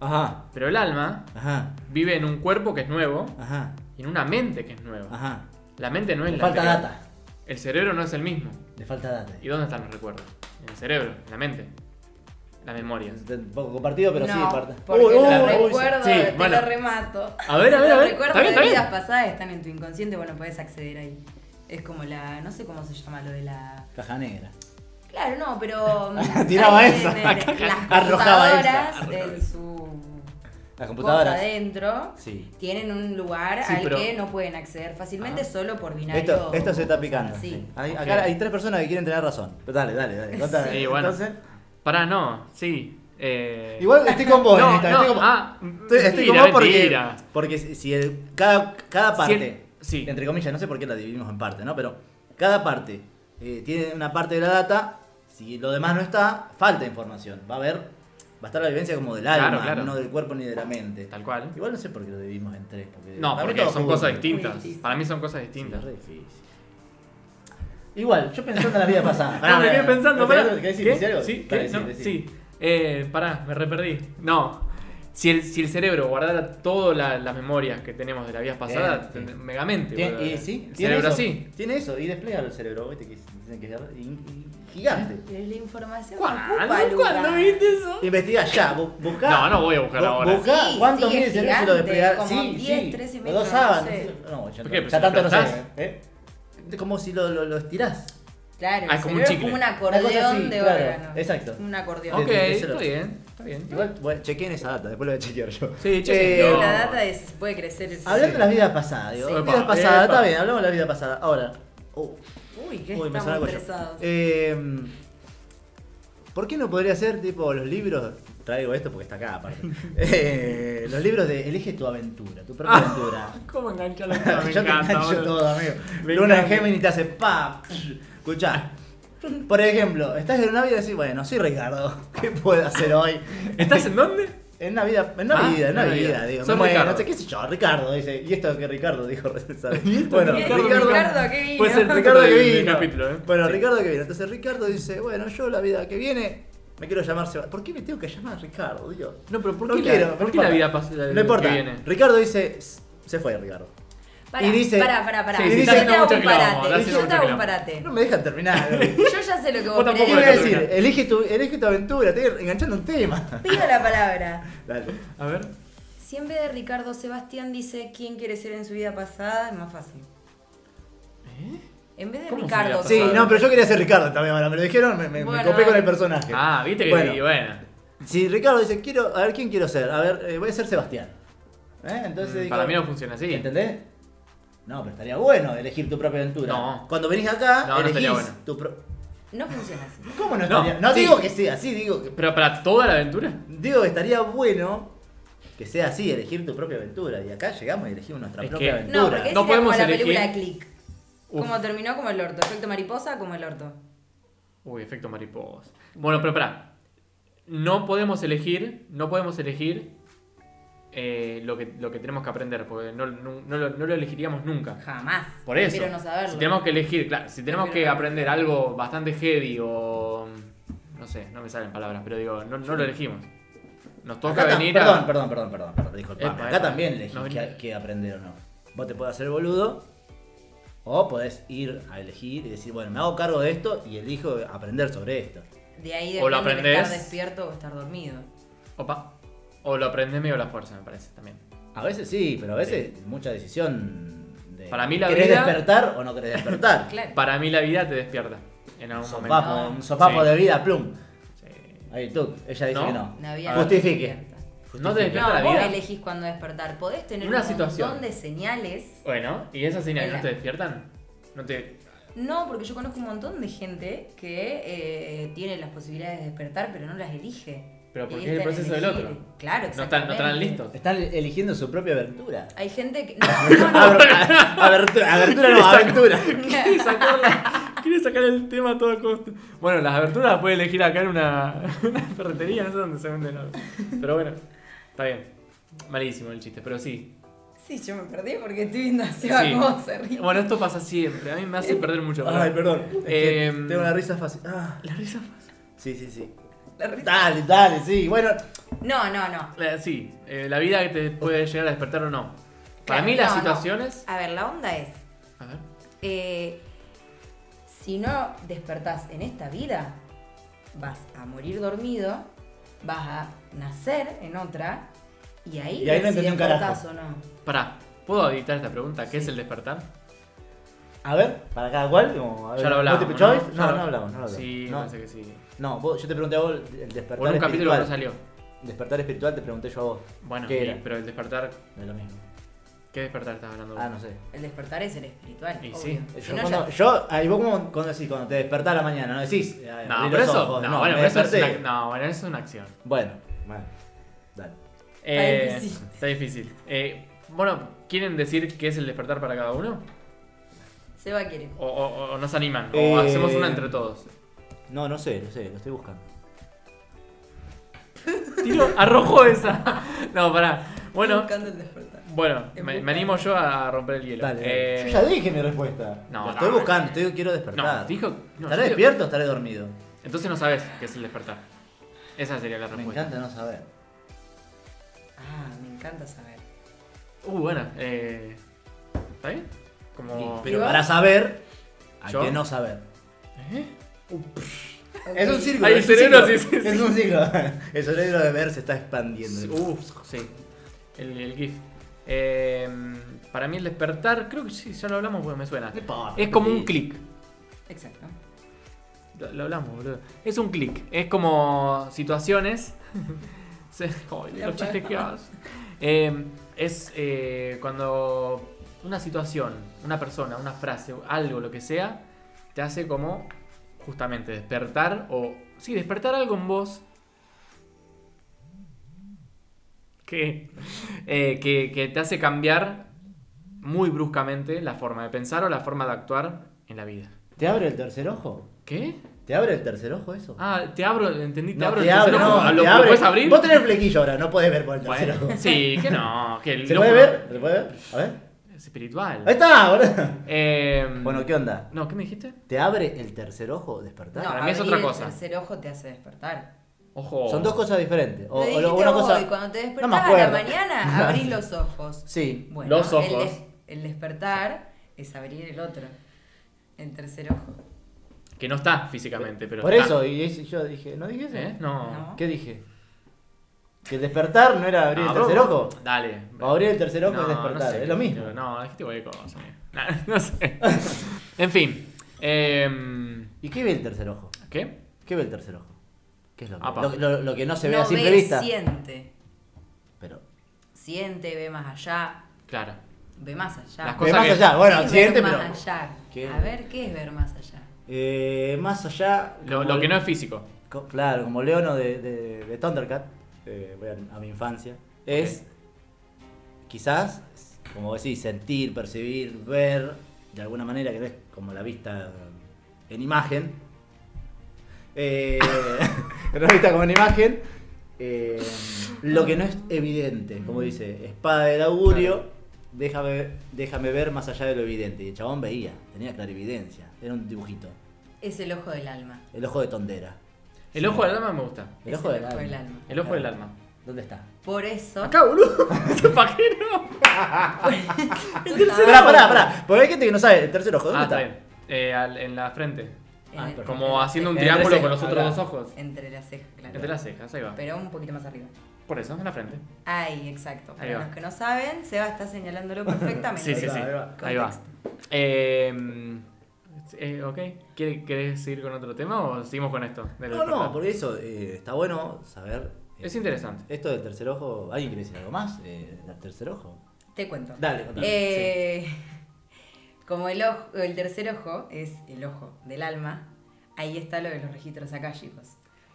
Ajá,
Pero el alma
ajá,
vive en un cuerpo que es nuevo
ajá,
y en una mente que es nueva.
ajá.
La mente no es
Le
la
falta
anterior.
data.
El cerebro no es el mismo.
Le falta data.
¿Y dónde están los recuerdos? En el cerebro, en la mente, la memoria.
Un poco compartido, pero sí,
no,
parte.
Porque
Uy, uy,
los
uy,
recuerdos
Uh, sí,
te
bueno.
los remato.
A ver, a ver, a ver.
Los recuerdos
Está bien,
de
está bien.
vidas pasadas están en tu inconsciente, bueno, podés acceder ahí. Es como la. No sé cómo se llama lo de la.
Caja negra.
Claro, no, pero.
Tiraba
hay
esa.
en-
La caja-
Las
arrojaba esa.
computadoras en su.
Las
Cosa
computadoras.
adentro.
Sí.
Tienen un lugar
Sí,
al
pero-
que no pueden acceder fácilmente
Ah.
solo por binario.
Esto, esto se
o
está
cosas
picando.
así.
sí. Hay,
Ok.
Acá hay tres personas que quieren tener razón. Pero dale, dale, dale. Contame.
Sí, bueno.
Entonces,
Pará, no, sí. eh,
igual estoy con vos en
no,
esta,
no,
estoy con,
ah,
estoy, estoy con
mentira,
vos porque,
mentira.
porque si, si el- cada, cada parte.
sí.
entre comillas, no sé por qué la dividimos en partes, ¿no? Pero cada parte eh, tiene una parte de la data, si lo demás no está, falta información. Va a haber, va a estar la vivencia como del
Claro,
alma,
claro.
no del cuerpo ni de la mente.
Tal cual.
Igual no sé por qué lo dividimos en tres. Porque
No,
para mí
porque
todo
son
junto.
cosas
Muy
distintas.
difícil.
Para mí son cosas
Sí,
distintas.
es re difícil. Igual, yo pensando en la vida pasada.
No, Ah, me quedé pensando, pará.
¿Querés decir-
¿Qué?
decir algo?
¿Sí?
Dale,
¿Qué?
decí,
No,
decí.
sí. Eh, pará, me reperdí. No. Si el, si el cerebro guardara todas la- las memorias que tenemos de las vidas pasadas,
Bien, sí.
ten- megamente.
Tien-
boludo.
y sí,
el
tiene eso,
cerebro así.
Tiene eso, y despliega el cerebro, viste que dicen que es in- gigante.
Pero la información ocupa
Ah, ¿Cuándo?
lugar.
¿Cuándo viste eso?
Investiga ya, bu- buscá.
No, no voy a buscar
Bu-
ahora.
Buscá
Sí,
cuánto
sí,
mide el
es
cerebro y se lo
gigante,
desplegás.
como
Sí,
10,
sí,
13
los dos
metros, no
sábanas.
sé.
No, ya,
¿Por qué?
ya
Pues si
tanto no sé.
explotás.
¿eh? Es como si lo, lo, lo estirás.
Claro,
Ah,
el
es como un
cerebro es
chicle.
como un
cosa
acordeón
así,
de
claro,
órganos.
exacto.
Un acordeón.
Ok,
de- de cerebro.
está bien, está bien.
Igual, bueno, chequeen esa data, después lo voy a chequear yo.
Sí,
Pero
chequenlo.
Eh,
La data es, puede crecer. el
Hablando de
cerebro.
las vidas pasadas, digo.
Sí.
Vidas
Epa,
pasadas,
epa.
está bien, hablamos de la vida pasada. Ahora. oh,
Uy, que
uy, me sonó
estamos
algo yo.
estresados.
Eh, ¿Por qué no podría ser tipo los libros? Traigo esto porque está acá aparte. Eh, los libros de Elige tu aventura, tu propia aventura.
¿Cómo engancha la
Yo
cara?
te
Ah. Me encanta,
engancho
boludo.
todo, amigo.
Me
Luna en
encanta.
Géminis te hace pa. Escuchá. Por ejemplo, estás en una vida y decís, bueno, soy Ricardo, ¿qué puedo hacer hoy?
¿Estás en dónde?
En una vida, en una
Ah,
vida, en una
en una
vida,
vida.
digo.
Soy
bueno,
Ricardo.
no sé qué sé yo, Ricardo dice. Y esto que Ricardo dijo ¿sabes? Bueno,
Ricardo, Ricardo, ¿a qué vino?
Puede ser
Pues Ricardo que
del- del
vino.
capítulo, ¿eh?
Bueno,
Sí.
Ricardo que vino. Entonces Ricardo dice, bueno, yo la vida que viene me quiero llamar Sebastián. ¿Por qué me tengo que llamar Ricardo, Dios?
No, pero ¿por
No
qué, la,
quiero,
¿por
no
qué la
importa.
vida pasa la-
No importa.
que viene?
Ricardo dice, se fue Ricardo.
Pará,
y dice-
pará, pará, pará.
Sí,
sí,
yo
está
te
haciendo
hago
mucho
un
quilombo,
parate.
está haciendo
Yo te
mucho
hago un
quilombo.
parate.
No me dejan terminar.
Yo ya sé lo que vos
Vos
¿Qué
tampoco
querés.
iba a
me
decir?
terminar.
Elige tu, elige tu aventura, estoy enganchando un tema.
Pido la palabra.
Dale.
A ver.
Si en vez de Ricardo Sebastián dice quién quiere ser en su vida pasada, es más fácil.
¿Eh?
En vez de
¿Cómo
Ricardo.
Sí,
sería
no, pero yo quería ser Ricardo también ahora. Me lo dijeron, me, me- me
Bueno,
copé con
dale.
el personaje.
Ah, viste que
Bueno.
sí, bueno.
Si Ricardo dice, quiero, a ver, ¿quién quiero ser? A ver, eh, voy a ser Sebastián. ¿Eh? Entonces,
Mm,
dijo,
Para mí no funciona así.
¿Entendés? No, pero estaría bueno elegir tu propia aventura.
No.
Cuando venís acá,
No, no
elegís
estaría bueno.
tu pro-
No funciona así.
¿Cómo no
No,
estaría? No,
sí.
digo que sea así, digo que,
Pero para toda la aventura.
digo que estaría bueno que sea así, elegir tu propia aventura. Y acá llegamos y elegimos nuestra
Es
propia
que-
aventura.
No, porque es
No podemos
como la
elegir.
película Click.
Uf.
Como terminó como el orto. Efecto mariposa como el orto.
Uy, efecto mariposa. Bueno, pero pará. No podemos elegir, no podemos elegir eh, lo, que, lo que tenemos que aprender, porque no, no- no lo, no lo elegiríamos nunca.
Jamás.
Por eso,
Prefiero no saberlo.
si tenemos que elegir, claro, si tenemos
Prefiero
que
no
aprender algo bastante heavy o... No sé, no me salen palabras, pero digo, no, no lo elegimos. Nos toca
Acá tam-
venir
perdón,
a...
perdón, perdón, perdón, perdón, disculpame.
Epa,
acá
epa.
también elegís
No,
qué,
no.
qué aprender o no. Vos te podés hacer boludo o podés ir a elegir y decir, bueno, me hago cargo de esto y elijo aprender sobre esto.
De ahí
O lo
depende de
aprendés.
estar despierto o estar dormido.
Opa. O lo aprendes medio a la fuerza, me parece, también.
A veces sí, pero a veces mucha decisión de
Para mí la
¿Querés
vida-
despertar o no querés despertar?
Claro.
Para mí la vida te despierta en algún momento.
Sopapo, un sopapo
Sí.
de vida, plum.
Sí.
Ahí tú, ella dice
No.
que no.
La vida
Justifique.
no despierta.
No te despierta
No,
la
vos
vida.
elegís cuando despertar. Podés tener
Una
un
situación.
montón de señales.
Bueno, ¿y esas señales no
Era.
te despiertan? No te.
No, porque yo conozco un montón de gente que eh, tiene las posibilidades de despertar, pero no las elige.
Pero porque
Y
es el
están en
proceso del
elegir.
otro.
Claro,
No están, no estarán
exactamente.
listos.
Están eligiendo su propia aventura.
Hay gente que. No, no, no.
Aventura, aventura no, aventura.
Quiere sacarla- quiere sacar el tema a todo costo. Bueno, las aberturas las puede elegir acá en una, una ferretería, no sé dónde se venden ahora. Pero bueno, está bien. Malísimo el chiste, pero sí.
Sí, yo me perdí porque estoy viendo a Seba
Sí.
cómo se ríe.
Bueno, esto pasa siempre. A mí me hace perder mucho.
Ay, perdón. es que
Em,
tengo una risa fácil. Ah,
La risa pasa.
sí, sí, sí.
La risa.
Dale, dale, sí. Bueno,
No, no, no.
La- sí, eh, la vida que te puede llegar a despertar o no. Para
Claro,
mí las
no, no.
situaciones.
A ver, la onda es.
A ver.
eh, si no despertás en esta vida, vas a morir dormido, vas a nacer en otra, y ahí,
Y ahí no
ves si
entendí un
despertás
carajo.
o no.
Pará, ¿puedo editar esta pregunta? ¿Qué es el despertar?
a ver, para cada cual. como, a ver,
Ya lo hablamos.
multiple choice?
Ya
No,
lo-
no, hablamos, no lo hablamos.
Sí,
no.
parece que sí.
No, vos- yo te pregunté a vos el despertar
Por un capítulo que
espiritual.
no salió.
Despertar espiritual te pregunté yo a vos.
Bueno,
¿Qué
y-
era?
pero el despertar.
No es lo mismo.
¿Qué despertar estás hablando? vos?
Ah, no sé.
El despertar es el espiritual.
Y
obvio.
sí.
Si
Yo,
no, ya-
cuando, yo, ahí vos como cuando decís, cuando te despertás a la mañana, no decís. eh,
No,
abrí
pero
los
eso.
ojos,
no,
no,
bueno,
me
pero eso es
desperté.
una, no, bueno, eso es una acción.
Bueno, bueno. Dale.
Eh,
difícil.
Está difícil. Eh, bueno, ¿quieren decir qué es el despertar para cada uno?
Seba quiere.
¿O, o- o nos animan? ¿O
Eh,
hacemos una entre todos?
No, no sé, no sé, lo estoy buscando.
Tiro, arrojo esa. No, pará. Bueno,
Buscando el despertar.
bueno me, me animo yo a romper el hielo.
Dale, dale.
Eh,
Yo ya dije mi respuesta.
no,
lo estoy
no.
buscando, estoy, quiero despertar.
No, dijo. no,
¿Estaré
yo-
despierto o estaré dormido?
Entonces no sabes qué es el despertar. Esa sería la
Me
respuesta.
encanta no saber.
Ah, me encanta saber.
Uh, bueno. Eh, ¿Está bien? Como... ¿Eh?
Pero
¿Y vos?
para saber, hay
¿Yo?
que no saber.
¿Eh?
Es un círculo.
Ay, el
es un
cerebro,
círculo,
sí, sí,
Es un círculo. El cerebro de ver se está expandiendo.
Uh, sí. El, el GIF. Eh, para mí el despertar, creo que sí, ya lo hablamos porque me suena.
No importa,
Es como un
sí.
clic.
Exacto.
Lo, lo hablamos, boludo. Es un clic. Es como situaciones. Se- Ay, los chistes que hagas. Eh, es eh, cuando una situación, una persona, una frase, algo, lo que sea, te hace como justamente despertar o. Sí, despertar algo en vos. Que, eh, que, que te hace cambiar muy bruscamente la forma de pensar o la forma de actuar en la vida.
¿Te abre el tercer ojo?
¿Qué?
¿Te abre el tercer ojo eso?
Ah, te abro, entendí, te
No,
abro.
te
el
abre,
tercer ojo.
no,
¿Lo,
te
lo
abre.
puedes abrir?
Vos tenés flequillo ahora, no podés ver por el tercer
Bueno,
ojo.
sí, que no. Que el
¿Se
ojo
puede
no-
ver? ¿Se puede ver? A ver.
Es espiritual.
Ahí está, boludo.
Eh,
Bueno, ¿qué onda?
No, ¿qué me dijiste?
¿Te abre el tercer ojo despertar?
No,
Para mí es
abrir
otra cosa.
El tercer ojo te hace despertar.
Ojo.
Son dos cosas diferentes. O,
Lo
o
dijiste
lo- una
vos
cosa.
hoy, cuando te
No
despertás
me
a la
acuerdo.
mañana, abrís los ojos.
Sí.
Bueno,
Los
El,
ojos.
des- el despertar es abrir el otro. El tercer ojo.
Que no está físicamente, pero.
Por
está.
eso, y es- yo dije, ¿no dije eso?
¿Eh? No.
No.
¿Qué dije? ¿Que despertar no era abrir
No,
el tercer
vos-
ojo?
Dale.
O abrir el tercer ojo es despertar,
no sé,
es lo mismo.
No, dijiste cualquier cosa. eh. Nah, no sé. en fin. Eh,
¿Y qué ve el tercer ojo?
¿Qué?
¿Qué ve el tercer ojo? ¿Qué es lo que,
Apa.
lo, lo- lo que no se ve
no
a simple
ve,
vista?
siente.
Pero.
Siente, ve más allá.
Claro.
Ve más allá.
Las Ah,
Ve
Cosa
más
que-
allá,
¿Qué
bueno,
es
siguiente,
ver
pero.
más allá?
¿Qué?
A ver, ¿qué es ver más allá?
Eh, más allá.
Lo,
como-
lo que no es físico.
co- claro, como Leono de, de, de Thundercat, eh, voy a, a mi infancia. Es. Quizás, como decís, sentir, percibir, ver, de alguna manera, que es como la vista en imagen. Eh, la vista como en imagen. eh, lo que no es evidente, como dice, espada del augurio.
Claro.
Déjame, déjame ver más allá de lo evidente. Y el chabón veía, tenía clarividencia. Era un dibujito.
Es el ojo del alma.
El ojo de tondera.
El ojo del alma me gusta.
El
Es
ojo del alma.
El ojo del alma.
¿Dónde está?
Por eso.
Acá, boludo. ¿Para qué no?
Pará, pará, pará. Porque hay gente que no sabe. El tercer ojo, ¿dónde
Ah, está
está?
bien. Eh, al- en la frente.
En
Ah,
el-
perfecto.
Como haciendo un
Entre
triángulo
cejas,
con los otros
acá.
dos ojos.
Entre las cejas, claro.
Entre las cejas, ahí va.
Pero un poquito más arriba.
Por eso, en la frente.
Ahí, exacto. Para
va.
los que no saben, Seba está señalándolo perfectamente.
Sí, sí, sí.
Ahí va,
Ahí va.
Contexto.
Eh, eh, ok. ¿Quiere- ¿Querés seguir con otro tema o seguimos con esto? del
No,
despertar?
no, porque eso eh, está bueno saber. eh,
Es interesante.
Esto del tercer ojo. ¿Alguien quiere decir algo más? Eh, del tercer ojo.
Te cuento.
Dale, contame.
Eh, Como el, ojo, el tercer ojo es el ojo del alma, ahí está lo de los registros akáshicos.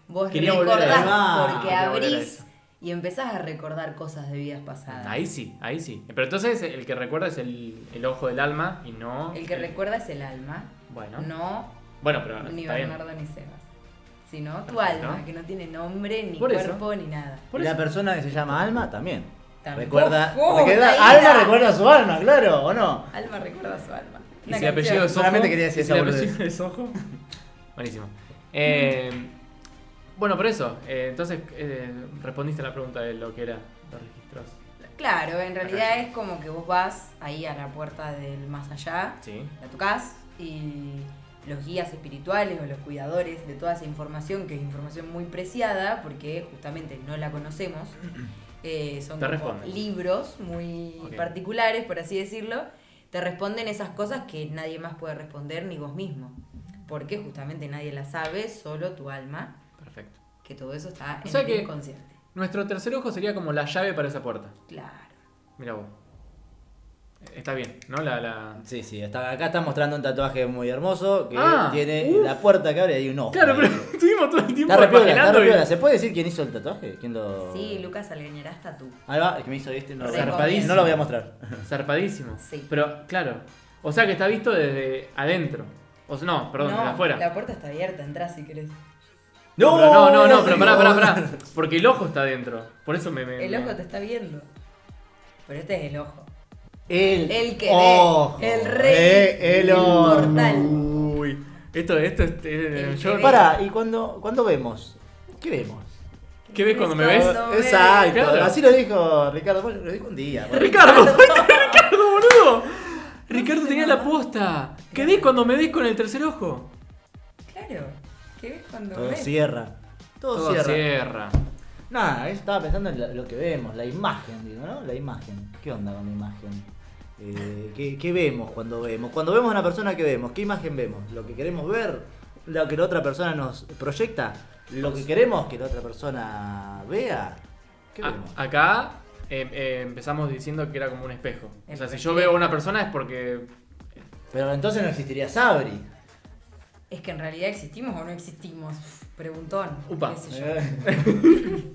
Vos
Quería volver a
recordás
eso. Ah,
porque
quería volver a
abrís
eso.
y empezás a recordar cosas de vidas pasadas.
Ah.
Ahí sí, ahí sí. Pero entonces el que recuerda es el, el ojo del alma y no.
El que recuerda es el alma,
Bueno.
no
Bueno, pero.
ni
está bien.
Bernardo ni Sebas, sino tu
Perfecto.
alma, que no tiene nombre, ni
Por eso.
cuerpo, ni nada.
Y la persona que se llama Alma también.
Tampoco,
Recuerda.
Leila.
recuerda alma recuerda a su alma, claro, ¿o no?
Alma recuerda su alma.
Y
Una
si el
canción.
apellido es ojo.
Solamente quería decir
¿y si el
esa boludez.
apellido es ojo. Buenísimo. Eh, bueno, por eso. eh, entonces eh, respondiste a la pregunta de lo que era los registros.
Claro, en realidad es como que vos vas ahí a la puerta del más allá,
Sí.
la tocas y los guías espirituales o los cuidadores de toda esa información, que es información muy preciada porque justamente no la conocemos, eh, son
Te
como
responden.
libros muy
Ok.
particulares, por así decirlo, te responden esas cosas que nadie más puede responder ni vos mismo, porque justamente nadie las sabe, solo tu alma,
Perfecto.
que todo eso está
O sea
en
que-
el inconsciente.
Nuestro tercer ojo sería como la llave para esa puerta.
Claro.
Mira vos. Eh, Está bien, ¿no? La, la...
Sí, sí, está, acá está mostrando un tatuaje muy hermoso que
Ah,
tiene
uf.
la puerta que abre y hay un ojo.
Claro,
ahí.
pero estuvimos todo el tiempo
Está re piola, está
imaginando
re
y-
piola. ¿Se puede decir quién hizo el tatuaje? ¿Quién lo.?
Oh.
Sí, Lucas Algañarás está tú.
Ahí va, el que me hizo este. No, lo-
Zarpadísimo.
no lo voy a mostrar.
Zarpadísimo.
Sí.
Pero, claro. O sea que está visto desde adentro. O sea, no, perdón,
no,
desde afuera.
La puerta está abierta, entrás si querés.
No, pero no, no, no, pero pará, pará, pará. Porque el ojo está adentro. Por eso me. me-
El
me-
ojo te está viendo. Pero este es el ojo.
El,
El que ve,
ojo,
el rey
eh, el
del
ojo.
portal.
Uy. Esto, esto, este,
El
yo-
que ve.
Pará, ¿y cuando, cuando vemos? ¿Qué vemos?
¿Qué ves cuando me ves?
Cuando me
Exacto,
Claro.
así lo dijo Ricardo, bueno, lo dijo un día. bueno.
¡Ricardo! ¡Ricardo, boludo! Ricardo tenía la posta. ¿Qué ves cuando me ves con el tercer ojo?
Claro. ¿Qué ves cuando
Todo
ves?
cierra. Todo,
Todo
cierra.
cierra.
Nada, yo estaba pensando en la- lo que vemos, la imagen, digo, ¿no? La imagen. ¿Qué onda con la imagen? Eh, ¿qué, qué vemos cuando vemos? Cuando vemos a una persona, ¿qué vemos? ¿Qué imagen vemos? ¿Lo que queremos ver? ¿Lo que la otra persona nos proyecta? ¿Lo que queremos que la otra persona vea? ¿Qué
A-
vemos?
Ah, acá eh, eh, empezamos diciendo que era como un espejo. O sea, si yo
Espejo.
veo a una persona es porque.
Pero entonces no existiría Sabri.
Es que en realidad existimos o no existimos. Preguntón.
Upa.
qué
Eh,
sé yo.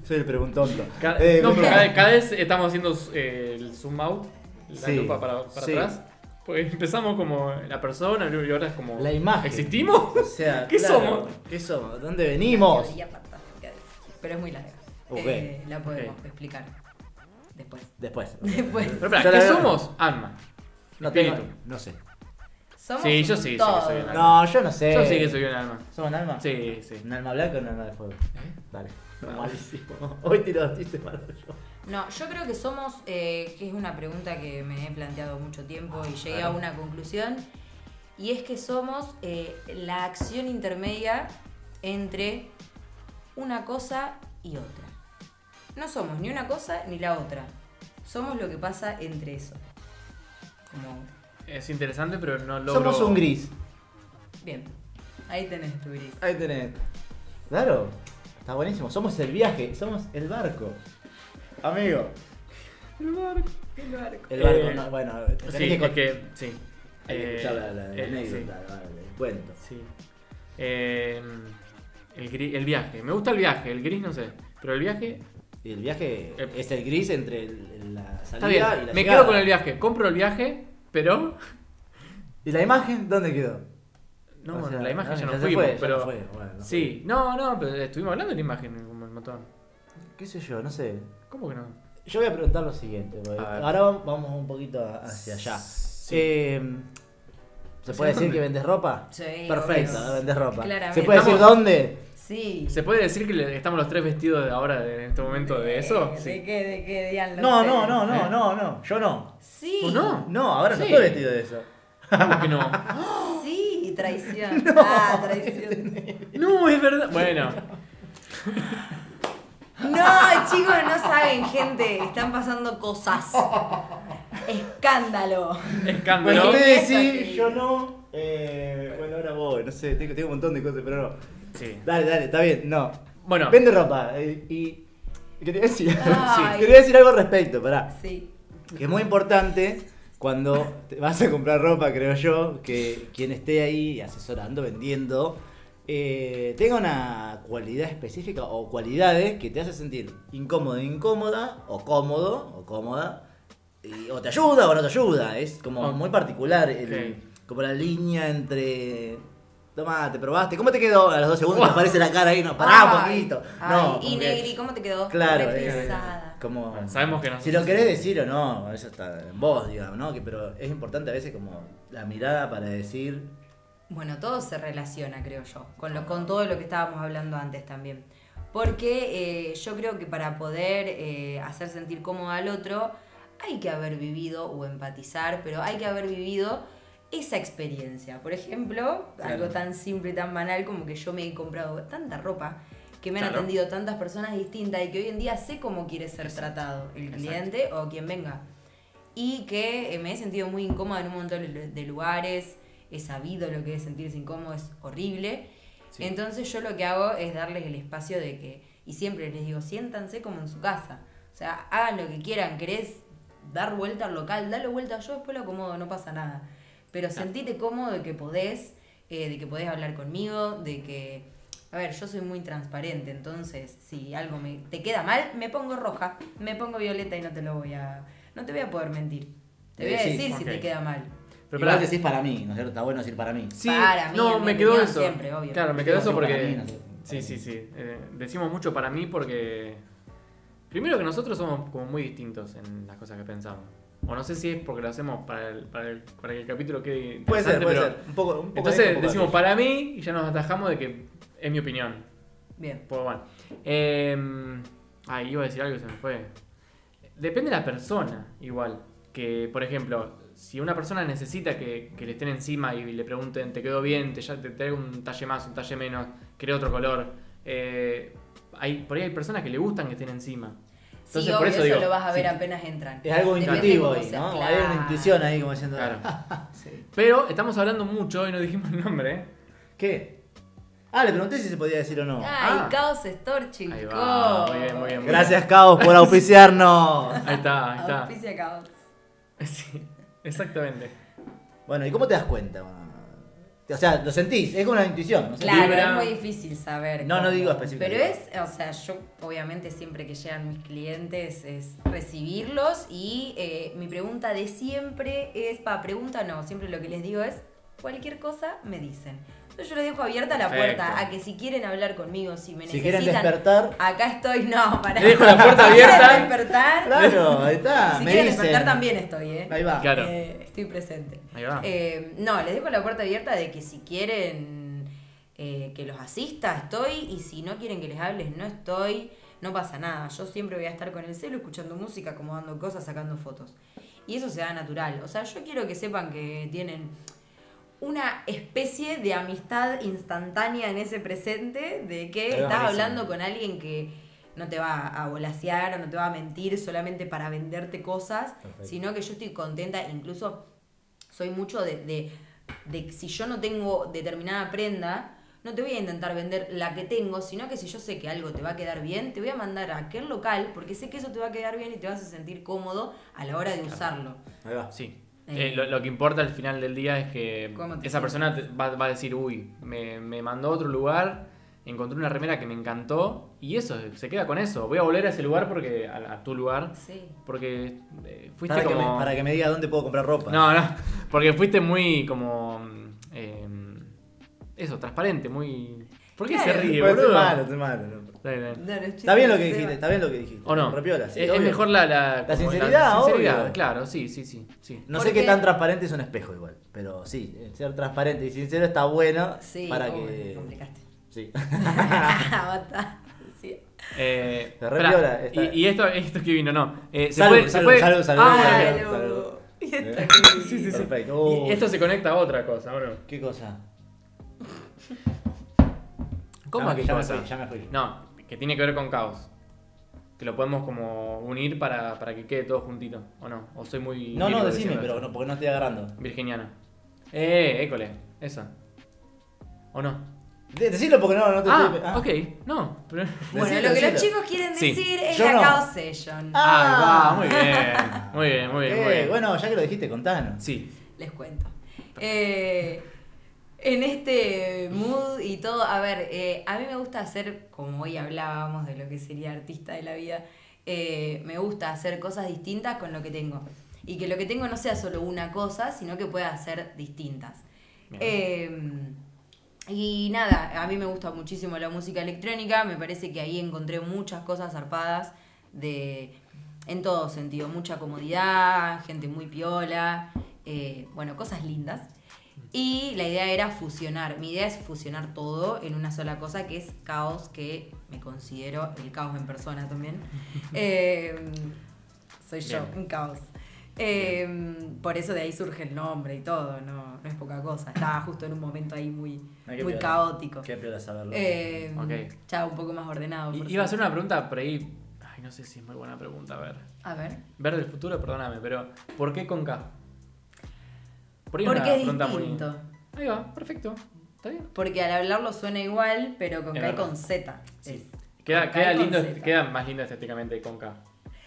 Soy el preguntonto.
Ca-
Eh,
no, pero
mira.
cada, cada vez estamos haciendo eh, el zoom out, la
Sí,
lupa para, para
sí.
atrás. Pues empezamos como la persona y ahora es como.
La imagen.
¿Existimos?
O sea,
¿Qué
claro,
somos?
¿Qué somos? ¿Dónde venimos?
Teoría fantástica. Pero es muy larga.
Ok.
Eh, la podemos
Ok.
explicar después.
Después.
Después.
Pero
Ya
espera,
la
¿qué
veo.
somos? Alma.
No, tengo-
Espíritu.
no sé.
Somos
Sí,
un
yo sí, sí que
todo.
soy una-
No, yo no sé.
Yo sí que soy un alma.
¿Somos un alma?
Sí, sí.
¿Un alma blanca o un alma de fuego?
¿Eh?
Dale.
Ah.
Malísimo. Hoy tiro los chistes malos yo.
No, yo creo que somos, eh, que es una pregunta que me he planteado mucho tiempo y llegué a una conclusión, y es que somos eh, la acción intermedia entre una cosa y otra. No somos ni una cosa ni la otra. Somos lo que pasa entre eso. Como,
Es interesante, pero no logro.
Somos un gris.
bien, ahí tenés tu gris.
Ahí tenés. Claro. Está buenísimo. Somos el viaje. Somos el barco. Amigo.
El barco, el barco.
El barco.
Eh,
no, bueno, tenés
Sí,
que
es
con-
que. Sí.
hay que
Eh,
escuchar la, la- la
eh,
anécdota, vale, el cuento.
Sí. sí. Eh, el, gri- el viaje. Me gusta el viaje, el gris no sé. Pero el viaje.
Y el viaje
Eh,
es el gris entre el- la
Está
salida
bien.
y la
Me
llegada.
quedo con el viaje. Compro el viaje, pero.
¿Y la imagen dónde quedó?
No,
O
bueno,
sea,
la imagen ya no
se
fuimos,
fue, ya
pero.
no fue, bueno, no
sí, no, no, pero estuvimos hablando de la imagen como el montón.
fue. ¿Qué sé yo? No sé.
¿Cómo que no?
Yo voy a preguntar lo siguiente. porque
A ver.
Ahora vam- vamos un poquito a- hacia allá.
Sí.
Eh, ¿Se puede decir
dónde?
que vendes ropa?
Sí,
Perfecto,
obvio.
vendes ropa.
Claramente.
¿Se puede decir
Estamos-
dónde?
Sí.
¿Se puede decir que le- estamos los tres vestidos de ahora, de- en este momento, de eso?
Eh, ¿De qué? ¿De qué? Digan los
No, no,
ustedes.
no, no,
¿Eh?
no, no. Yo no.
Sí.
¿O no?
No, ahora no
Sí.
estoy vestido de eso.
¿Cómo que no?
Sí, traición. Ah, traición.
No, es verdad. Bueno,
No, chicos, no saben, gente. Están pasando cosas. Escándalo.
Bueno,
escándalo.
Bueno,
ustedes
eso
sí,
sí.
yo no. Eh, bueno, ahora voy, no sé, tengo, tengo un montón de cosas, pero no.
Sí.
Dale, dale, está bien, no.
Bueno.
Vende ropa. eh, y. Quería decir,
Ay.
quería decir algo al respecto, pará.
Sí.
Que es muy importante cuando te vas a comprar ropa, creo yo, que quien esté ahí asesorando, vendiendo, eh, tenga una cualidad específica o cualidades que te hace sentir incómodo, incómoda, o cómodo, o cómoda, y- o te ayuda o no te ayuda. Es como
Ok.
muy particular, el-
Ok.
como la línea entre... Toma, te probaste. ¿Cómo te quedó? A los dos segundos te aparece la cara ahí, no, pará un
Ay,
poquito.
ay,
no,
y
como que-
Negri, ¿cómo te quedó?
Claro, eh,
Re
es
pesada.
como.
Bueno, sabemos que no-
Si lo querés decir o no, eso está en vos, digamos, ¿no? Que, pero es importante a veces como la mirada para decir.
Bueno, todo se relaciona, creo yo, con,
Ah.
lo, con todo lo que estábamos hablando antes también. Porque eh, yo creo que para poder eh, hacer sentir cómodo al otro, hay que haber vivido o empatizar, pero hay que haber vivido esa experiencia. Por ejemplo,
Claro.
algo tan simple y tan banal como que yo me he comprado tanta ropa que me han
Claro.
atendido tantas personas distintas y que hoy en día sé cómo quiere ser tratado el
Exacto.
cliente o quien venga y que eh, me he sentido muy incómoda en un montón de de lugares, he sabido lo que es sentirse incómodo, es horrible.
Sí.
Entonces yo lo que hago es darles el espacio de que, y siempre les digo, siéntanse como en su casa, o sea, hagan lo que quieran, querés dar vuelta al local, dale vuelta, yo después lo acomodo, no pasa nada. Pero sentite cómodo de que podés, eh, de que podés hablar conmigo, de que, a ver, yo soy muy transparente, entonces si algo me, te queda mal, me pongo roja, me pongo violeta y no te lo voy a, no te voy a poder mentir. Te voy a
Eh, sí,
decir si
ok.
te queda mal.
Pero
igual
pará.
decís para mí, ¿no es cierto? Está bueno decir para mí.
Sí,
Para mí,
no,
en mi
me quedó
opinión,
eso.
siempre, obvio.
Claro, me quedó
Digo,
eso
para
porque.
mí, no sé.
Sí, sí, sí. Eh, decimos mucho para mí porque. Primero que nosotros somos como muy distintos en las cosas que pensamos. O no sé si es porque lo hacemos para, el- para, el- para que el capítulo quede.
Puede ser,
interesante,
puede
pero-
ser. Un poco, un poco de esto, un
Entonces
poco de
decimos
aquello.
para mí y ya nos atajamos de que es mi opinión.
Bien.
Pues bueno. Eh, ay, iba a decir algo y se me fue. Depende de la persona, igual. Que, por ejemplo, si una persona necesita que, que le estén encima y le pregunten, ¿te quedó bien? ¿Te, ya, te traigo un talle más, un talle menos? ¿Querés otro color? Eh, hay, por ahí hay personas que le gustan que estén encima. Entonces,
sí,
por
obvio,
eso
eso,
digo,
lo vas a ver
sí.
apenas entran.
Es algo
Depende
intuitivo
cómo
ahí,
sea,
¿no? Hay
claro.
una intuición ahí como diciendo.
Claro.
Sí.
Pero estamos hablando mucho y no dijimos el nombre, ¿eh?
¿Qué? Ah, le pregunté si se podía decir o no.
Ay,
Ah.
caos store, chicos.
Ahí va, muy bien, muy bien.
Gracias, Caos, por auspiciarnos.
Ahí está, ahí está.
Auspicia caos.
Sí, exactamente.
Bueno, ¿y cómo te das cuenta? O sea, lo sentís, es como una intuición. ¿no?
Claro,
Vibra.
es muy difícil saber.
No, no
cómo.
digo específicamente.
Pero es, o sea, yo obviamente siempre que llegan mis clientes es recibirlos y eh, mi pregunta de siempre es, pa, pregunta no, siempre lo que les digo es, cualquier cosa me dicen. Entonces yo les dejo abierta la
Perfecto.
puerta a que si quieren hablar conmigo, si me
Si quieren
necesitan,
despertar.
acá estoy, no, para.
Les dejo la puerta
Si quieren
abierta.
despertar,
Claro, ahí está.
si
me
quieren
dicen.
despertar también estoy, ¿eh?
Ahí va.
Claro.
Eh, estoy presente.
Ahí va.
Eh, no, les dejo la puerta abierta de que si quieren eh, que los asista, estoy. Y si no quieren que les hables, no estoy. No pasa nada. Yo siempre voy a estar con el celo, escuchando música, acomodando cosas, sacando fotos. Y eso se da natural. O sea, yo quiero que sepan que tienen una especie de amistad instantánea en ese presente de que
Ahí va,
estás
buenísimo.
hablando con alguien que no te va a volasear, no te va a mentir solamente para venderte cosas,
Perfecto.
sino que yo estoy contenta, incluso soy mucho de, de- de que si yo no tengo determinada prenda, no te voy a intentar vender la que tengo, sino que si yo sé que algo te va a quedar bien, te voy a mandar a aquel local porque sé que eso te va a quedar bien y te vas a sentir cómodo a la hora de usarlo.
Ahí va.
Sí.
Eh.
Eh, lo, lo que importa al final del día es que
¿Cómo te
esa
sientes?
persona te- va, va a decir, uy, me, me mandó a otro lugar, encontré una remera que me encantó y eso, se queda con eso. Voy a volver a ese lugar porque a, a tu lugar,
Sí.
porque eh, fuiste
Para que,
como...
me, para que me diga dónde puedo comprar ropa.
No, no, porque fuiste muy como... mm, eh, eso, transparente, muy... ¿Por qué se
Claro.
ríe,
Bueno,
boludo?
estoy malo, estoy malo, no.
Está bien, está bien.
No, no es
Está bien lo que
chiste,
dijiste,
Seba.
está bien lo que dijiste.
¿O no?
Repiola, sí,
es, es
obvio.
mejor la... La, como
sinceridad,
sinceridad,
obvio.
claro, sí, sí, sí, sí.
No sé
Porque-
qué tan transparente es un espejo igual, pero sí, ser transparente y sincero está bueno
Sí,
para
oh, me
que...
complicaste.
Sí.
Basta. Sí.
Eh,
Se re
pará,
viola esta.
y, y esto, esto que vino, no. Eh, se
Salud,
puede- se
salud,
puede-
salud, salud,
Ah,
salud.
vale.
Ay, boludo. Y está
Eh.
aquí.
Sí, sí, sí.
Perfecto. Oh,
Y esto se conecta a otra cosa, ¿o no?
¿Qué cosa?
¿Cómo
Ya-
a qué
ya me
cosa?
fui, ya me fui.
No, que tiene que ver con caos. Que lo podemos como unir para, para que quede todo juntito, ¿o no? O soy muy.
No, no,
virgo
decime,
diciendo
pero
esto.
no, porque no estoy agarrando.
Virginiano. Eh, école, eso. ¿O no?
De- decilo porque no, no te
Ah,
estoy... ah.
ok, no. pero-
Bueno,
Decilo,
lo que los
decilo.
chicos quieren
Sí.
decir es
Yo
la
no.
Chaos Session.
Ah,
Ah.
va, muy bien. Muy bien, muy bien, muy
Ok,
bien.
Eh, Bueno, ya que lo dijiste, contanos.
Sí,
Les cuento. Eh, en este mood y todo, a ver, eh, a mí me gusta hacer, como hoy hablábamos de lo que sería artista de la vida, eh, me gusta hacer cosas distintas con lo que tengo. Y que lo que tengo no sea solo una cosa, sino que pueda ser distintas.
Bien.
Eh, y nada, a mí me gusta muchísimo la música electrónica, me parece que ahí encontré muchas cosas zarpadas de en todo sentido, mucha comodidad, gente muy piola, eh, bueno, cosas lindas. Y la idea era fusionar, mi idea es fusionar todo en una sola cosa que es caos, que me considero el caos en persona también. Eh, soy yo,
Bien.
un caos. Eh, por eso de ahí surge el nombre y todo, no, no es poca cosa. Estaba justo en un momento ahí muy,
Hay que
muy
piola.
caótico.
Qué piola saberlo.
Eh,
Ok.
Ya un poco más ordenado. por
I- iba a
suerte.
hacer una pregunta por ahí. Ay, no sé si es muy buena pregunta, a ver.
A ver.
Ver del futuro, perdóname, pero ¿por qué con K? Por ahí una
Porque es
pregunta muy-
distinto.
Ahí va, perfecto. Está bien.
Porque al hablarlo suena igual, pero con
Es
K y
verdad.
con Z.
Sí.
Es
Queda,
con K
queda
y con
lindo,
Z.
queda más lindo estéticamente con K.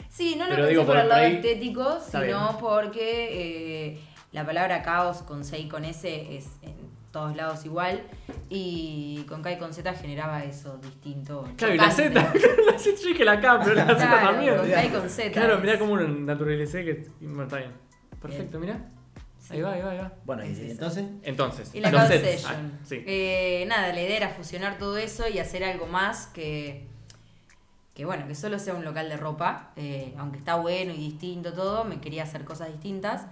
Sí, no lo
Pero
pensé
digo,
por,
por
el lado
ahí-
estético,
Está
sino
bien.
porque eh, la palabra caos con C y con S es en todos lados igual. Y con K y con Z generaba eso distinto.
Claro, y la Z.
chocante.
la Z yo dije la K, pero la Z
Claro,
también.
con K y con Z.
Claro, mirá cómo lo naturalicé que. Bueno, está bien. Perfecto, mirá. Ahí
Sí.
va, ahí va, ahí va.
Bueno, y
es eso.
entonces...
Entonces,
Y la
los
Chaos
sets.
Session.
Ah, sí.
Eh, nada, la idea era fusionar todo eso y hacer algo más que, que bueno, que solo sea un local de ropa, eh, aunque está bueno y distinto todo, me quería hacer cosas distintas.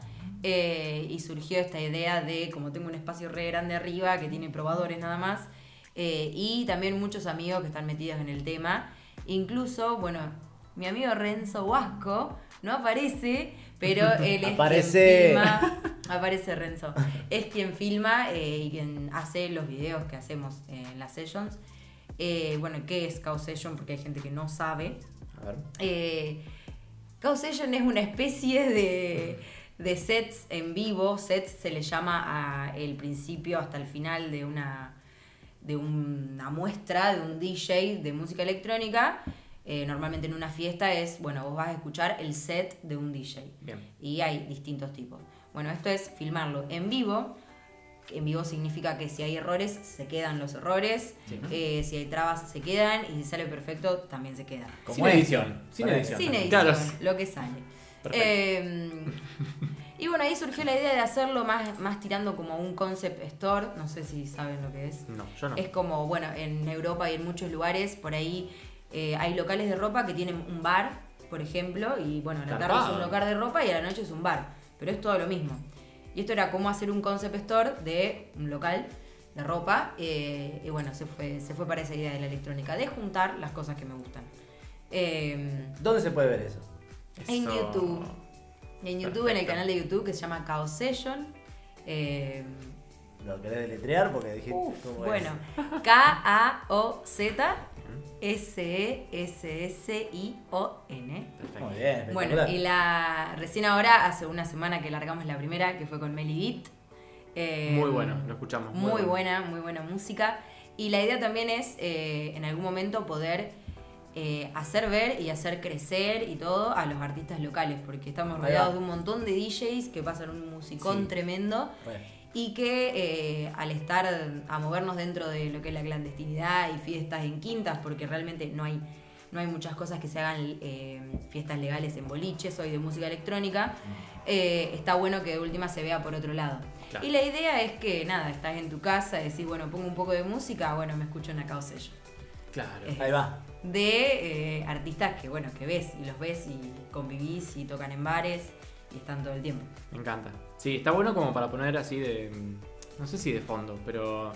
eh, y surgió esta idea de, como tengo un espacio re grande arriba que tiene probadores nada más, Eh, y también muchos amigos que están metidos en el tema. Incluso, bueno, mi amigo Renzo Huasco no aparece, pero él es
Aparece.
quien filma. Aparece Renzo. Es quien filma eh, y quien hace los videos que hacemos eh, en las sessions. Eh, bueno, ¿qué es Chaos Session? Porque hay gente que no sabe.
A ver.
Eh, Causation es una especie de, de sets en vivo. Sets se le llama a el principio hasta el final de una, de una muestra, de un DJ de música electrónica. Eh, normalmente en una fiesta es, bueno, vos vas a escuchar el set de un DJ.
Bien.
Y hay distintos tipos. Bueno, esto es filmarlo en vivo. En vivo significa que si hay errores, se quedan los errores.
Sí.
Eh, si hay trabas, se quedan. Y si sale perfecto, también se queda.
Como
Sin
es.
edición. Sin
Para-
edición.
Sin edición,
Claro.
lo que sale.
Perfecto.
Eh, y bueno, ahí surgió la idea de hacerlo más, más tirando como un concept store. No sé si saben lo que es.
No, yo no.
Es como, bueno, en Europa y en muchos lugares, por ahí eh, hay locales de ropa que tienen un bar, por ejemplo, y bueno, a la tarde es
Zarpado.
un local de ropa y a la noche es un bar, pero es todo lo mismo. Y esto era como hacer un concept store de un local de ropa, eh, y bueno, se fue, se fue para esa idea de la electrónica, de juntar las cosas que me gustan. Eh,
¿Dónde se puede ver eso?
en
Eso.
YouTube. En YouTube, en el
Perfecto.
canal de YouTube que se llama Chaos Session. Eh,
¿Lo querés deletrear? Porque dije.
uf,
¿cómo es?
bueno, K-A-O-Z-S-E-S-S-I-O-N.
Perfecto.
Muy bien.
Bueno,
espectacular.
y la recién ahora, hace una semana que largamos la primera, que fue con Meli Beat. Eh,
Muy bueno, lo escuchamos.
muy buena, muy buena música. Y la idea también es eh, en algún momento poder eh, hacer ver y hacer crecer y todo a los artistas locales, porque estamos
Ahí va.
rodeados de un montón de DJs que pasan un musicón
Sí.
tremendo
Bueno.
y que eh, al estar, a movernos dentro de lo que es la clandestinidad y fiestas en quintas, porque realmente no hay, no hay muchas cosas que se hagan eh, fiestas legales en boliches, hoy de música electrónica, eh, está bueno que de última se vea por otro lado.
Claro.
Y la idea es que, nada, estás en tu casa, decís, bueno, pongo un poco de música, bueno, me escucho una causello.
Claro.
Eh.
Ahí va.
De eh, artistas que, bueno, que ves y los ves y convivís y tocan en bares y están todo el tiempo.
Me encanta. Sí, está bueno como para poner así de. mm, No sé si de fondo, pero.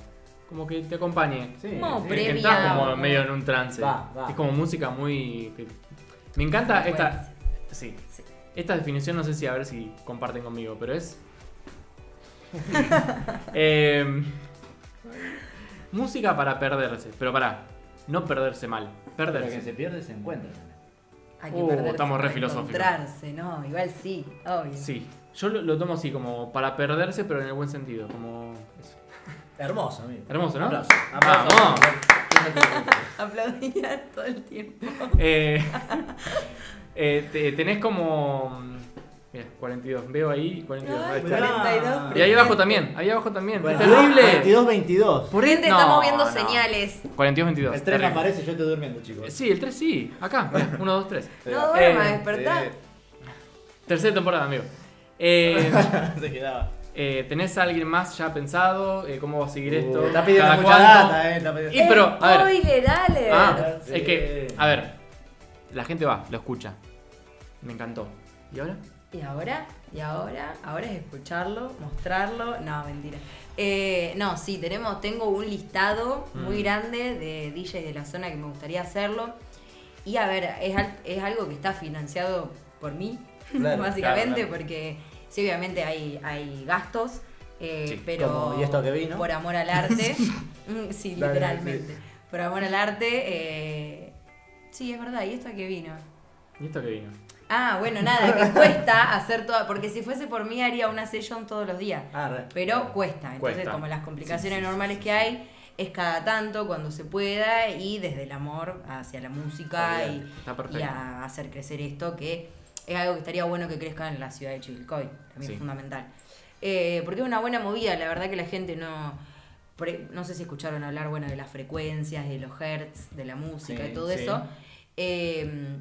Como que te acompañe.
Sí.
Como
sí.
Que- que
previa,
Estás como
como-
medio en un trance.
Va, va.
Es como música muy. que- Me encanta esta. Sí.
Sí.
Esta definición no sé si a ver si comparten conmigo, pero es. Eh, música para perderse, pero para no perderse mal.
Pero que
Perderse.
se pierde se encuentra también.
Hay que
Uh,
perderse
estamos re
para
filosóficos.
encontrarse, no, igual sí, obvio.
Sí. Yo lo, lo tomo así, como para perderse, pero en el buen sentido. Como. eso.
Hermoso, amigo.
Hermoso, ¿no?
Aplauso.
Vamos.
Aplaudían todo el tiempo.
Eh, eh, te- tenés como. mm, Mira, 42. Veo ahí 42. ahí está.
mirá.
Y ahí abajo también. Ahí abajo también.
Bueno,
¡Terrible!
22, 22.
Por ende,
e- No,
estamos viendo
no.
señales.
42-22.
El 3
terrible.
me aparece, yo estoy durmiendo, chicos.
Sí, el 3 sí. Acá. 1, 2, 3.
No duerma,
Eh,
despertá.
Tercera temporada, amigo. Eh,
Se quedaba.
eh, ¿Tenés a alguien más ya pensado? Eh, ¿Cómo va a seguir esto?
Uh, Está pidiendo
¿Cada
mucha
cuánto?
data, eh. Está pidiendo...
Y pero, a ver.
Spoiler alert.
Ah,
Sí.
es que, a ver. La gente va, lo escucha. Me encantó. ¿Y ahora?
Y ahora, y ahora, ahora es escucharlo, mostrarlo. No, mentira. Eh, no, sí, tenemos, tengo un listado muy
Mm.
grande de DJs de la zona que me gustaría hacerlo. Y a ver, es, al- es algo que está financiado por mí,
Claro,
básicamente,
claro, claro.
porque sí, obviamente hay, hay gastos, eh,
Sí,
pero
como, ¿y esto que vi, no?
por amor al arte, Mm, sí,
Dale,
literalmente,
sí.
por amor al arte, eh, sí, es verdad, y esto que vino.
¿Y esto que vino?
Ah, bueno, nada, que cuesta hacer toda. Porque si fuese por mí haría una sesión todos los días.
Ah, re.
Pero cuesta. Entonces,
Cuesta.
como las complicaciones
Sí, sí, sí,
normales
sí,
que hay, es cada tanto, cuando se pueda, y desde el amor hacia la música
Está
y,
bien,
está perfecto.
y a hacer crecer esto, que es algo que estaría bueno que crezca en la ciudad de Chivilcoy. También
Sí.
es fundamental. Eh, porque es una buena movida, la verdad que la gente no. por ahí- No sé si escucharon hablar, bueno, de las frecuencias, de los hertz, de la música
Sí,
y todo
sí.
eso. Eh,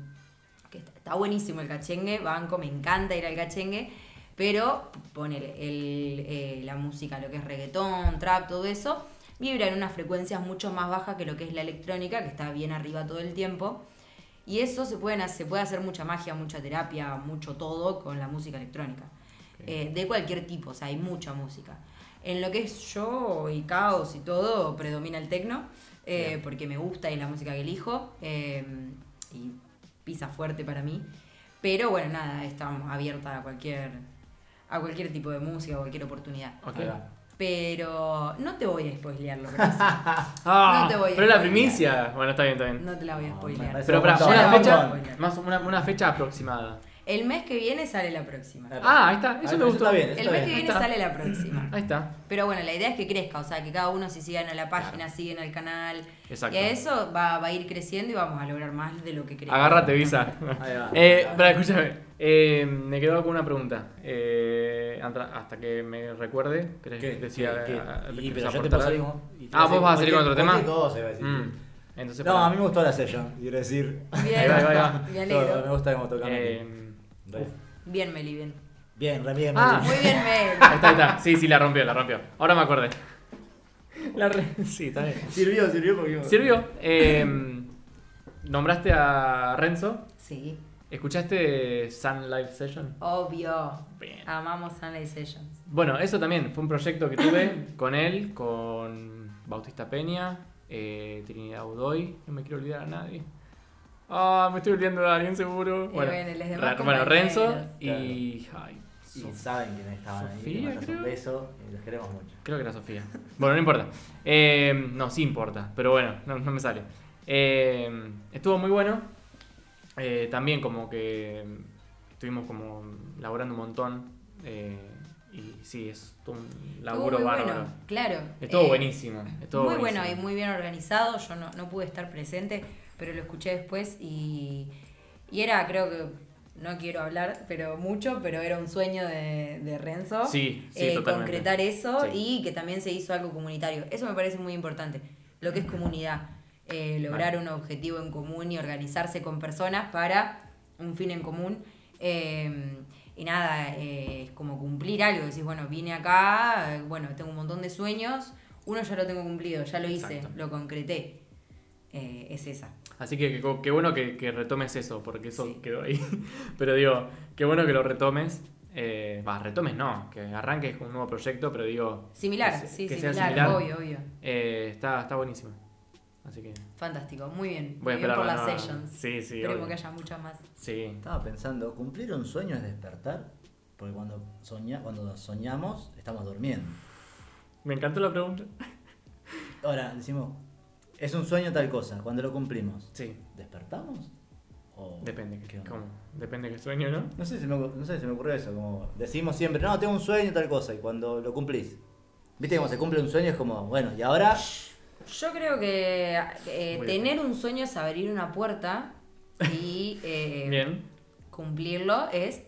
que está, está buenísimo el cachengue, banco, me encanta ir al cachengue, pero ponele el, eh, la música, lo que es reggaetón, trap, todo eso, vibra en unas frecuencias mucho más bajas que lo que es la electrónica, que está bien arriba todo el tiempo. Y eso se, pueden, hacer- se puede hacer mucha magia, mucha terapia, mucho todo con la música electrónica. Eh, de cualquier tipo, o sea, hay mucha música. En lo que es yo y caos y todo, predomina el tecno, eh, porque me gusta y es la música que elijo, eh, y pisa fuerte para mí. Pero bueno, nada, estamos abierta a cualquier, a cualquier tipo de música, a cualquier oportunidad.
Ok.
Ahí va.
Pero no te voy a spoilear lo que vas a hacer.
Ah,
No te voy a
Pero la
spoilear.
primicia. Bueno, está bien, está bien.
No te la voy a
No,
spoilear.
me parece
Pero
un
para
montón,
una
un
fecha,
montón.
más una, una fecha aproximada.
El mes que viene sale la próxima.
Claro.
Ah, ahí está.
Ahí
Eso
está,
me gustó.
está bien, eso
El mes que
ahí
viene
está.
sale la próxima.
Ahí está.
Pero bueno, la idea es que crezca, o sea, que cada uno si sigan a la página, siguen al canal.
Exacto.
Y a eso va, va a ir creciendo y vamos a lograr más de lo que creemos.
Agárrate, Visa.
Ahí va.
Eh, pará, escúchame. Eh, me quedo con una pregunta. Eh, antra- hasta que me recuerde, ¿querés
¿Qué?
decir,
¿Qué?
eh, eh,
Y, pero yo
querés
te
aportar
puedo salir
algo?
con- y te
Ah,
voy
vos vas a salir con
cualquier-
otro tema.
cualquier cosa, iba a decir.
Mm. Entonces,
No,
pará.
a mí me gustó la session, quiero decir.
Bien,
Ahí va, ahí va, ahí va.
me
Todo,
alegro.
me gusta cómo tocan. aquí.
Eh,
Re.
Bien, Meli, bien.
Bien, re bien.
Ah.
Meli.
Muy bien, Meli.
ahí está, ahí está. Sí, sí, la rompió, la rompió. Ahora me acordé. La re- Sí, está bien.
Sirvió, sirvió porque.
Sirvió. Eh, nombraste a Renzo.
Sí,
¿Escuchaste Sun Live Session?
obvio.
Bien.
Amamos Sunlight Sessions.
Bueno, eso también fue un proyecto que tuve con él, con Bautista Peña, eh, Trinidad Udoy, no me quiero olvidar a nadie. Ah, me estoy olvidando de alguien seguro.
Y
Bueno,
bueno, los demás
Ra- bueno, Renzo
compañeros.
y... ay,
Y
Sof-
saben quiénes estaban ahí.
Sofía,
Les mandamos
creo.
un beso y los queremos mucho.
Creo que era Sofía. Bueno, no importa. Eh, no, sí importa, pero bueno, no, no me sale. Eh, estuvo muy bueno. Eh, también como que estuvimos como laburando un montón. eh, y sí, es todo un laburo
Estuvo muy
bárbaro.
bueno, claro.
Estuvo
Eh,
buenísimo. Estuvo
muy
buenísimo.
bueno y muy bien organizado. Yo no, no pude estar presente, pero lo escuché después y, y era, creo que, no quiero hablar pero mucho, pero era un sueño de, de Renzo.
Sí, sí,
eh,
totalmente.
concretar eso
Sí.
y que también se hizo algo comunitario. Eso me parece muy importante, lo que es comunidad. eh, lograr
Vale.
un objetivo en común y organizarse con personas para un fin en común. Eh, y nada, eh, es como cumplir algo. Decís, bueno, vine acá, eh, bueno, tengo un montón de sueños. Uno ya lo tengo cumplido, ya lo hice,
Exacto.
lo concreté. Eh, es esa.
Así que qué- qué bueno que, que retomes eso, porque eso
Sí.
quedó ahí. Pero digo, qué bueno que lo retomes. Eh, Va, retomes no, que arranques con un nuevo proyecto, pero digo,
Similar,
Que se-
sí,
que sea
similar,
similar.
obvio, obvio.
eh, está, está buenísimo. Así que
Fantástico, muy bien.
voy a
muy bien
esperar
por
la
las
nueva-
sessions.
Sí, sí,
Esperemos
obvio.
que haya muchas más.
Sí,
Estaba pensando, ¿cumplir un sueño es despertar? Porque cuando, soña, cuando soñamos, estamos durmiendo.
me encantó la pregunta.
Ahora, decimos, es un sueño tal cosa, cuando lo cumplimos.
Sí,
¿Despertamos? ¿O
depende.
qué onda?
¿Cómo? Depende qué sueño, ¿no?
No sé, se me, ocu- no sé, se me ocurrió eso, como decimos siempre, no, tengo un sueño tal cosa, y cuando lo cumplís. Viste cómo se cumple un sueño es como, bueno, y ahora
Yo creo que eh,
Muy
tener un sueño es abrir una puerta y eh,
Bien.
cumplirlo es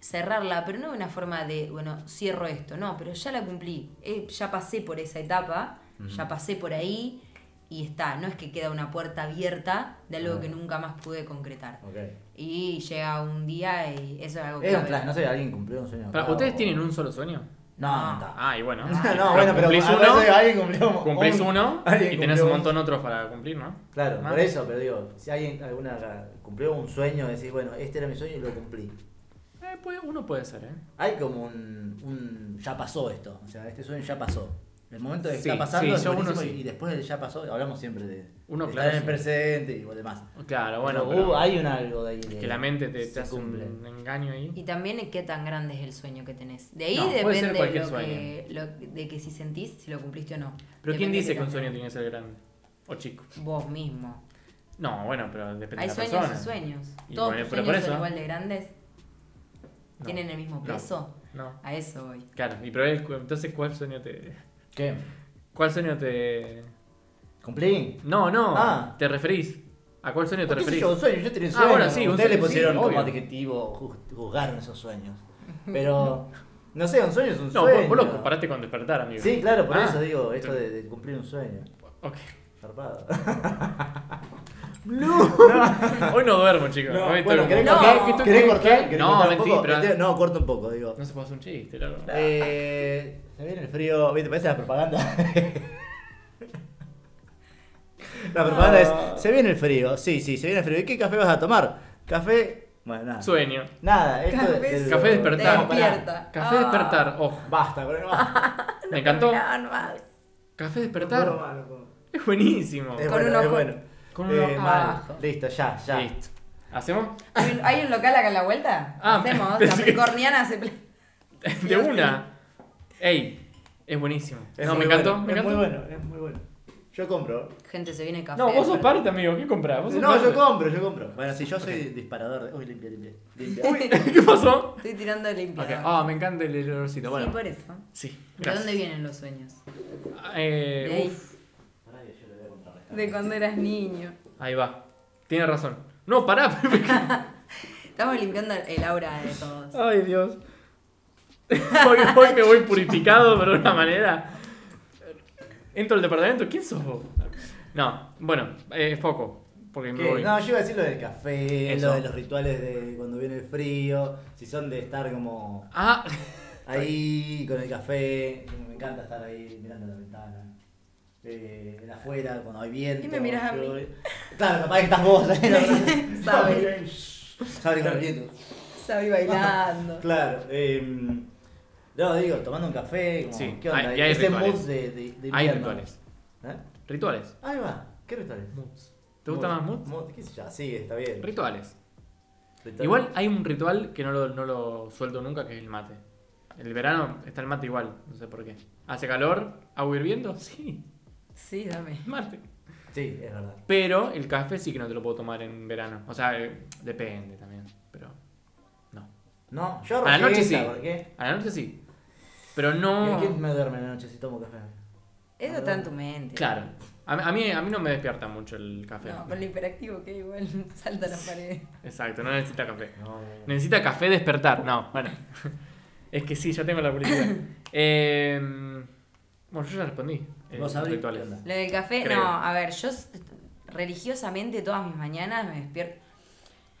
cerrarla, pero no de una forma de, bueno, cierro esto, no, pero ya la cumplí, eh, ya pasé por esa etapa, ya pasé por ahí y está, no es que queda una puerta abierta de algo
Ah.
que nunca más pude concretar.
Ok.
Y llega un día y eso es algo
Es un
clave.
flash, no sé, alguien cumplió un sueño.
Pará,
acá,
¿Ustedes
o-
tienen un solo sueño?
No, no, no.
Ah, y bueno.
No, no, bueno, pero
cumplís
a
uno,
veces alguien cumplió
cumplís
un-
uno
alguien
y tenés
cumplió
un montón otros para cumplir, ¿no?
Claro,
Ah.
por eso, pero digo, si alguien alguna acá cumplió un sueño, decís, bueno, este era mi sueño y lo cumplí.
Eh, puede- uno puede ser, ¿eh?
Hay como un, un ya pasó esto, o sea, este sueño ya pasó. El momento de que
Sí,
está
sí,
pasando es
yo uno
buenísimo
sí.
y después del ya pasó, hablamos siempre de,
Uno,
de estar
claro,
en el
sí.
presente y demás.
Claro, Ah, bueno,
Pero,
pero
uh, hay un algo de ahí. de-
que la mente te,
se
te hace
cumple.
un engaño ahí.
Y también qué tan grande es el sueño que tenés. De ahí
No, puede ser
depende
cualquier
lo que, lo- de que si sentís, si lo cumpliste o no.
Pero ¿quién
Depende
dice
qué
que un
tan
sueño
grande.
tiene que ser grande? O chico.
Vos mismo.
No, bueno, pero depende
Hay
de la
sueños
persona.
y sueños.
Y
Todos
bueno,
tus
pero
sueños
por
son
eso-
igual de grandes.
No,
Tienen el mismo
No.
peso.
No.
A eso voy.
Claro, y pero él, cu- entonces ¿cuál sueño te
¿Qué?
cuál sueño te
¿Cumplí?
No, no,
Ah.
te referís. ¿A cuál sueño te
¿Por ¿Qué sé
referís?
yo? Un sueño, yo tenía un
Ah,
sueño.
bueno, sí, un
Ustedes le
sueño, sí,
pusieron como
obvio.
adjetivo, ju- juzgaron esos sueños. Pero, no sé, un sueño es un
No,
sueño.
vos, vos lo comparaste con despertar, amigo.
Sí, claro, por
Ah.
eso digo, esto de, de cumplir un sueño.
Ok.
Zarpado.
Hoy no duermo, chicos. Hoy estoy
bueno,
como-
¿querés
No.
cortar?
¿Qué estoy-
¿Querés
qué-
cortar?
qué?
¿Querés
No,
cortar un
mentí,
poco?
pero
Mentira, No, corto un poco, digo.
no se puede hacer un chiste, loco.
Eh, se viene el frío. ¿Viste? Parece la propaganda. la propaganda es: se viene el frío. Sí, sí, se viene el frío. ¿Y qué café vas a tomar? Café Bueno, nada.
Sueño.
Nada, esto
Café-
es-
Café despertar.
No, pará.
Despierta.
Café
Ah.
despertar, ojo.
Basta, pero no.
Me encantó.
Miraban más.
Café
No
despertar.
puedo más, no puedo.
Es buenísimo.
Es
Con
bueno,
un
es
ojo-
bueno. Eh,
con un ojo
mal.
abajo.
Listo, ya, ya.
Listo. ¿Hacemos?
¿Hay un- ¿Hay un local acá en la vuelta?
Ah,
Hacemos.
pensé que-
Capricorniana hace pla-
De una. Ey, es buenísimo.
Es
no,
muy
me encantó,
bueno, es
me
muy
encantó.
bueno, es muy bueno. Yo compro.
Gente, se viene café.
No, vos sos
despertar.
parte, amigo. ¿Qué comprás? Vos sos
No, yo
parte.
compro, yo compro. Bueno, si yo soy disparador de. Uy, limpia, limpia. limpia.
¿Qué pasó?
Estoy tirando de limpio.
Ok, Ah, me encanta el olorcito. Bueno,
Sí, por eso.
sí.
¿De
Gracias.
dónde vienen los sueños?
Eh,
De ahí.
uf,
De cuando eras niño.
ahí va. Tienes razón. No, pará.
Estamos limpiando el aura de todos.
Ay, Dios. hoy, hoy me voy purificado, pero de una manera. Entro al departamento. ¿Quién sos vos? No, bueno, eh, foco. Porque me
¿Qué?
voy.
No, yo iba a decir lo del café,
Eso.
lo de los rituales de cuando viene el frío, si son de estar como
Ah,
ahí con el café. Me encanta estar ahí mirando la ventana. Eh, el afuera, cuando hay viento.
Y me mirás a
yo-
mí.
Claro, capaz que estás vos.
Sabri.
Sabes con el viento.
Sabi bailando.
Claro. Eh, no, digo, tomando un café. Como,
Sí,
¿Qué onda?
hay- y hay
Ese
rituales.
mood de, de, de
hay
invierno.
rituales.
¿Eh?
Rituales.
Ahí va. ¿Qué rituales?
Moods. ¿Te gusta más moods?
¿Qué sé yo? Sí, está bien.
Rituales.
Ritual.
Igual hay un ritual que no lo, no lo suelto nunca, que es el mate. El verano está el mate igual, no sé por qué. ¿Hace calor? ¿Agua hirviendo? Sí,
Sí, dame.
mate.
Sí, es verdad.
Pero el café sí que no te lo puedo tomar en verano. O sea, eh, depende también, pero no.
No, yo
A la noche
rejeta,
sí.
¿Por qué?
A la noche sí. Pero
¿Y
no...
quién me duerme a la noche si tomo café?
Eso está en tu mente.
Claro. A, mí- a mí, a mí no me despierta mucho el café.
No, con el hiperactivo que igual salta la pared.
Exacto, no necesita café.
No,
Necesita café despertar. No, bueno. Es que sí, ya tengo la publicidad. Eh, bueno, yo ya respondí. eh,
Vos abrí,
rituales.
¿qué onda?
Lo del café,
Creo.
no, a ver, yo s- religiosamente todas mis mañanas me despierto.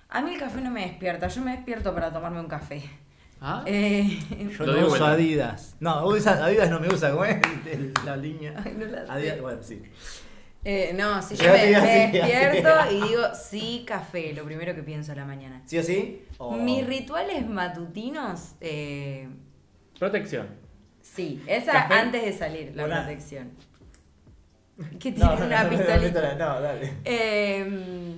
A mí el café no me despierta, yo me despierto para tomarme un café.
¿Ah?
Eh,
Yo
Lo
no
digo
uso
bueno.
Adidas. No, usa- Adidas no me usa, ¿cómo es? El- La línea.
Ay, no la sé.
Adidas, bueno, sí.
eh, no, si
Ya
yo me,
te iba a
me
decir, ya te iba
despierto
a-
y digo, sí, café, lo primero que pienso a la mañana.
¿Sí o sí? O-
Mis rituales matutinos, eh,
Protección.
sí, esa
¿Café?
antes de salir, la
Hola.
protección. Que tiene
No, no, no,
una
no,
pistolita.
pistola, No, dale.
Eh,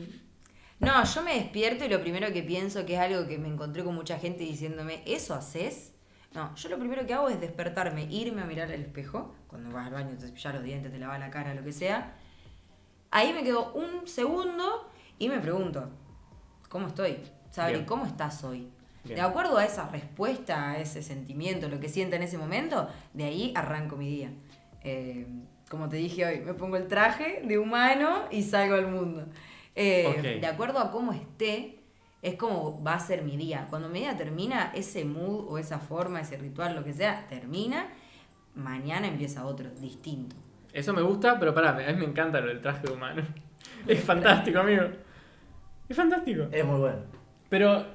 no, yo me despierto y lo primero que pienso, que es algo que me encontré con mucha gente diciéndome, ¿eso haces? No, yo lo primero que hago es despertarme, irme a mirar al espejo, cuando vas al baño, te cepillas los dientes, te lavas la cara, lo que sea. Ahí me quedo un segundo y me pregunto, ¿cómo estoy? Sabri,
Bien.
¿cómo estás hoy?
Bien.
De acuerdo a esa respuesta, a ese sentimiento, lo que sienta en ese momento, de ahí arranco mi día. Eh, como te dije hoy, me pongo el traje de humano y salgo al mundo. Eh,
Ok.
De acuerdo a cómo esté, es como va a ser mi día. Cuando mi día termina, ese mood o esa forma, ese ritual, lo que sea, termina. Mañana empieza otro, distinto.
Eso me gusta, pero pará, a mí me encanta lo del traje humano. Es fantástico, amigo. Es fantástico.
Es muy bueno.
Pero,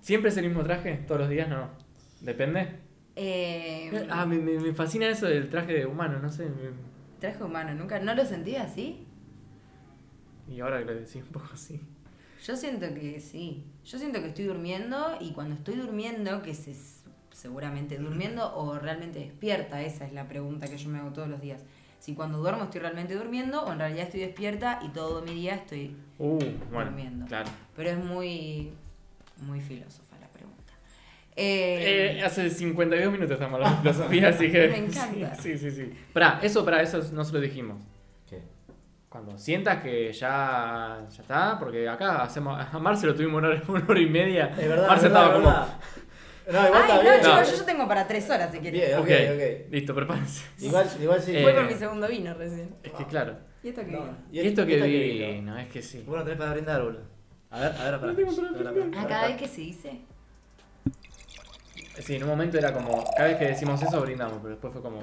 ¿siempre es el mismo traje? ¿Todos los días? No. ¿Depende?
Eh,
Ah, me, me- me fascina eso del traje de humano, no sé. me-
traje humano, nunca, ¿no lo sentí así?
Y ahora que lo decís un poco así.
Yo siento que sí. Yo siento que estoy durmiendo y cuando estoy durmiendo, que se, seguramente durmiendo o realmente despierta, esa es la pregunta que yo me hago todos los días. Si cuando duermo estoy realmente durmiendo o en realidad estoy despierta y todo mi día estoy...
Uh, bueno.
Durmiendo.
Claro.
Pero es muy, muy filósofa la pregunta. Eh,
Eh, hace 52 minutos estamos hablando de filosofía, así que.
Me encanta.
Sí, sí, sí. sí. Pará, eso, para eso no se lo dijimos.
¿Qué?
Cuando sientas que ya, ya está, porque acá hacemos. A Marce lo tuvimos una hora, una hora y media.
Es verdad.
Marce
es verdad,
estaba
es
como.
verdad. No, igual está
Ay, no,
bien.
chicos, yo, yo tengo para tres horas si quieren.
Bien, ok,
ok,
ok.
listo, prepárense.
Igual, igual sí.
Eh,
Fue por mi segundo vino recién.
Es
Ah.
que claro.
¿Y esto qué
No,
vino?
Y esto que
vino?
vi, no, es que sí.
Bueno, tenés para brindar, boludo. A ver, a ver, para.
No tengo para brindar.
Ah, cada vez que se dice.
Sí, en un momento era como. Cada vez que decimos eso brindamos, pero después fue como.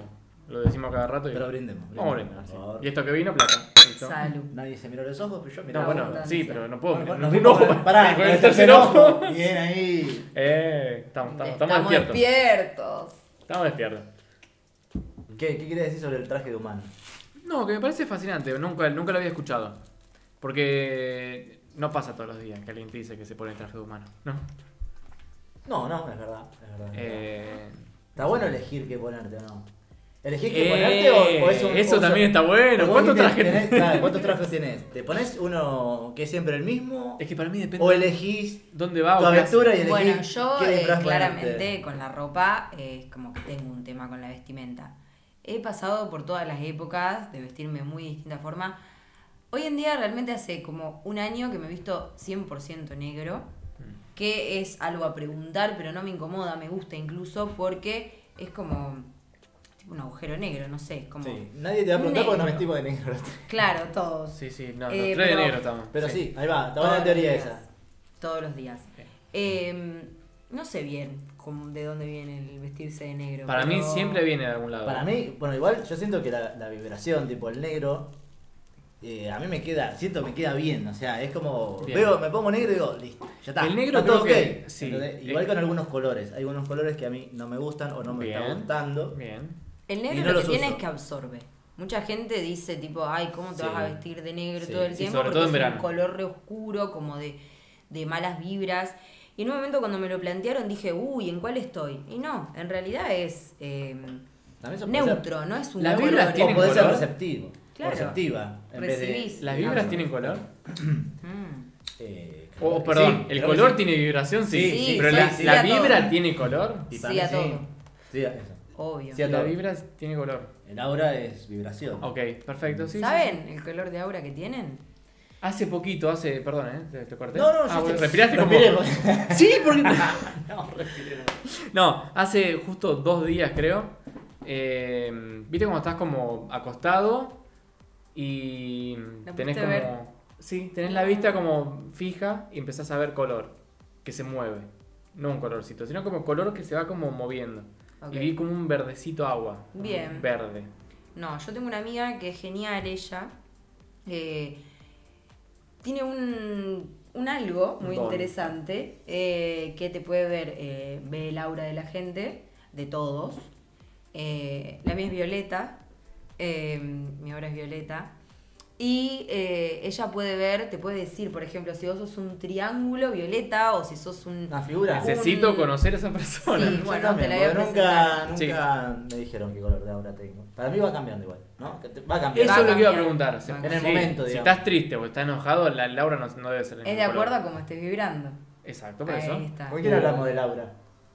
Lo decimos cada rato y.
Pero brindemos.
Vamos a
por
brindar, sí.
favor.
Y esto que vino, plata. Listo.
Salud.
Nadie se miró los ojos, pero yo miré.
No,
La
bueno,
abundancia.
sí, pero no puedo.
Bueno,
no,
nos
no,
vimos con el- pará,
con el tercer ojo.
Bien ahí.
Eh, estamos, estamos, estamos despiertos.
despiertos.
Estamos despiertos.
¿Qué, ¿Qué quiere decir sobre el traje de humano?
No, que me parece fascinante. Nunca, nunca lo había escuchado. Porque No pasa todos los días que alguien te dice que se pone el traje de humano, ¿no?
No, no, es verdad. Es verdad, es verdad.
Eh,
Está bueno elegir qué ponerte o no. ¿Elegís qué
Eh,
ponerte o, o es un.
eso
o
también está bueno.
vos
¿Cuántos
tenés-
trajes
tenés-
tenés?
claro, ¿Cuántos trajes tenés? ¿Te pones uno que es siempre el mismo?
es que para mí depende Ah,
¿O elegís
dónde va
tu
o qué hace.
aventura y elegís
Bueno, yo
qué
eh,
disfraz ponerte?
claramente con la ropa eh, es como que tengo un tema con la vestimenta. He pasado por todas las épocas de vestirme muy de distinta forma. Hoy en día realmente hace como un año que me he visto 100% negro, que es algo a preguntar, pero no me incomoda, me gusta incluso porque es como tipo un agujero negro, no sé, es como...
Sí, nadie te va a preguntar porque nos vestimos de negro.
Claro, todos.
Sí, sí, no, los
Eh,
tres
pero-
de negro estamos.
Pero sí, ahí va, está
Todos
buena
los
teoría
días.
esa.
Todos los días.
Sí.
Eh, no sé bien cómo- de dónde viene el vestirse de negro.
Para mí
pero-
siempre viene de algún lado.
Para mí, bueno, igual yo siento que la, la vibración, tipo el negro, eh, a mí me queda, siento me queda bien, o sea, es como,
Bien.
veo, me pongo negro y digo, listo, ya está.
El negro
está todo
creo que-
ok.
sí.
Entonces,
Eh.
igual con algunos colores, hay algunos colores que a mí no me gustan o no me está
Bien.
gustando.
Bien.
El
Y
negro
no
lo
los
que tiene
uso.
es que absorbe. Mucha gente dice tipo, ay, ¿cómo
Sí.
te vas a vestir de negro
Sí.
todo el
Sí,
tiempo?
sobre
Porque
todo en
es un
verano.
color re oscuro, como de, de malas vibras. Y en un momento cuando me lo plantearon dije, uy, ¿en cuál estoy? Y no, en realidad es eh,
También eso puede ser-
neutro, no es un
Las
color.
vibras
o
tienen
puede ser
color.
receptivo,
Claro.
receptiva. En vez
Recibís.
de,
¿Las
Sí,
vibras
no.
tienen color?
Mm.
eh, creo
O
que
Oh, perdón,
sí,
el
creo
color
que sí.
tiene vibración, sí.
Sí, sí,
pero
sí,
la,
sí,
la
a todo.
vibra tiene color.
Y para
Sí
mí
a todo,
Sí, a eso.
obvio.
Sí a
La
todo.
vibra tiene color.
El aura es vibración.
Ok, perfecto, sí. sí,
¿Saben el color de aura que tienen?
sí. Hace poquito, hace. Perdón, ¿eh? Te, te corté.
No, no,
Ah,
yo
bueno,
te-
respiraste como.
respiré. pues.
Sí, porque.
No, respiré, no.
No, hace justo dos días creo. eh, Viste cómo estás como acostado y
¿La
tenés
pudiste
como.
ver?
Sí, tenés la vista como fija y empezás a ver color que se mueve. No un colorcito, sino como color que se va como moviendo.
Ok.
Y vi como un verdecito agua. como
Bien.
Verde.
No, yo tengo una amiga que es genial ella. eh, tiene un, un algo muy
Don.
interesante eh, que te puede ver, eh, ve el aura de la gente, de todos. Eh, la mía es Violeta, eh, mi aura es Violeta. Y eh, ella puede ver, te puede decir, por ejemplo, si vos sos un triángulo violeta o si sos un...
Ah,
Una figura.
Ese-
Necesito
Un-
conocer a esa persona.
Sí.
Yo
bueno, te la voy a
porque nunca, nunca me dijeron qué color de aura tengo. Para mí va cambiando igual, ¿no? Que te- Va cambiando.
Eso es lo que iba a
cambiando.
preguntar.
Va
En el momento,
Si
digamos.
estás triste o estás enojado, la Laura no, no debe ser. el
Es de
mismo color.
acuerdo a cómo estés vibrando.
Exacto, por eso.
Ahí está.
¿Por qué no hablamos de Laura?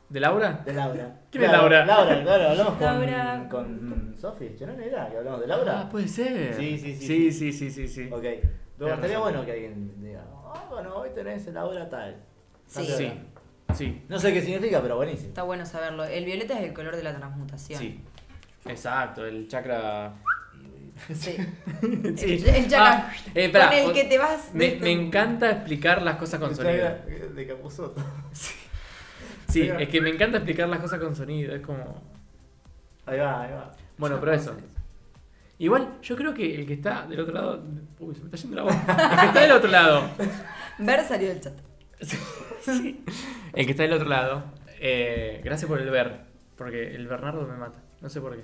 ¿De Laura?
De Laura.
¿Quién es
Claro,
Laura?
Laura, claro, hablamos con,
Laura.
con mm, Sofi. ¿Yo no era que hablamos de Laura?
Ah, puede ser.
Sí, sí, sí,
Sí, sí, sí, sí.
pues.
sí.
Ok. Pero
Tenés
estaría
razón.
bueno que alguien diga, ah, bueno, hoy tenés el aura tal.
Sí.
Tal
Sí,
hora.
sí,
No sé qué significa, pero buenísimo.
Está bueno saberlo. El violeta es el color de la transmutación.
sí. Exacto, el chakra.
Sí.
Sí.
El, el chakra.
Ah, eh, pará,
con el
o-
que te vas. de
Me,
tu-
me encanta explicar las cosas con sonido.
De Capuzoto.
Sí, es que me encanta explicar las cosas con sonido. Es como.
Ahí va, ahí va.
Bueno, pero eso. Igual, yo creo que el que está del otro lado. Uy, se me está yendo la voz. El que está del otro lado.
Ver salió del chat.
Sí. El que está del otro lado. eh, gracias por el ver. Porque el Bernardo me mata. No sé por qué.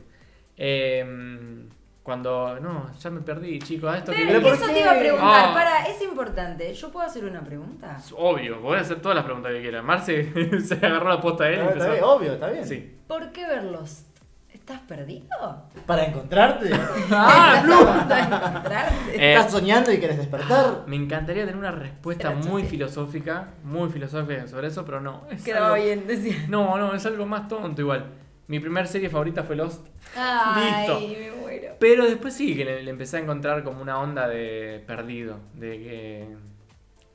Eh, cuando. No, ya me perdí, chicos. Ah, esto que
Pero
¿Pero por
eso
qué?
te iba a preguntar.
Ah.
Para, es importante. ¿Yo puedo hacer una pregunta?
Es Obvio, voy a hacer todas las preguntas que quiera. Marce se agarró la posta de él y
Está, está bien,
empezó.
obvio, está bien.
Sí.
¿Por qué verlos? ¿Estás perdido?
Para encontrarte,
¡Ah, Blue!
¿Estás a punto de encontrarte?
Eh,
estás soñando y querés despertar.
Ah, me encantaría tener una respuesta
Espera,
muy
sí.
filosófica, muy filosófica sobre eso, pero no. es
Quedaba
algo-
bien, decía.
No, no, es algo más tonto igual. Mi primer serie favorita fue Lost.
Ay,
Listo.
me muero.
Pero después sí, que le, le empecé a encontrar como una onda de perdido, de que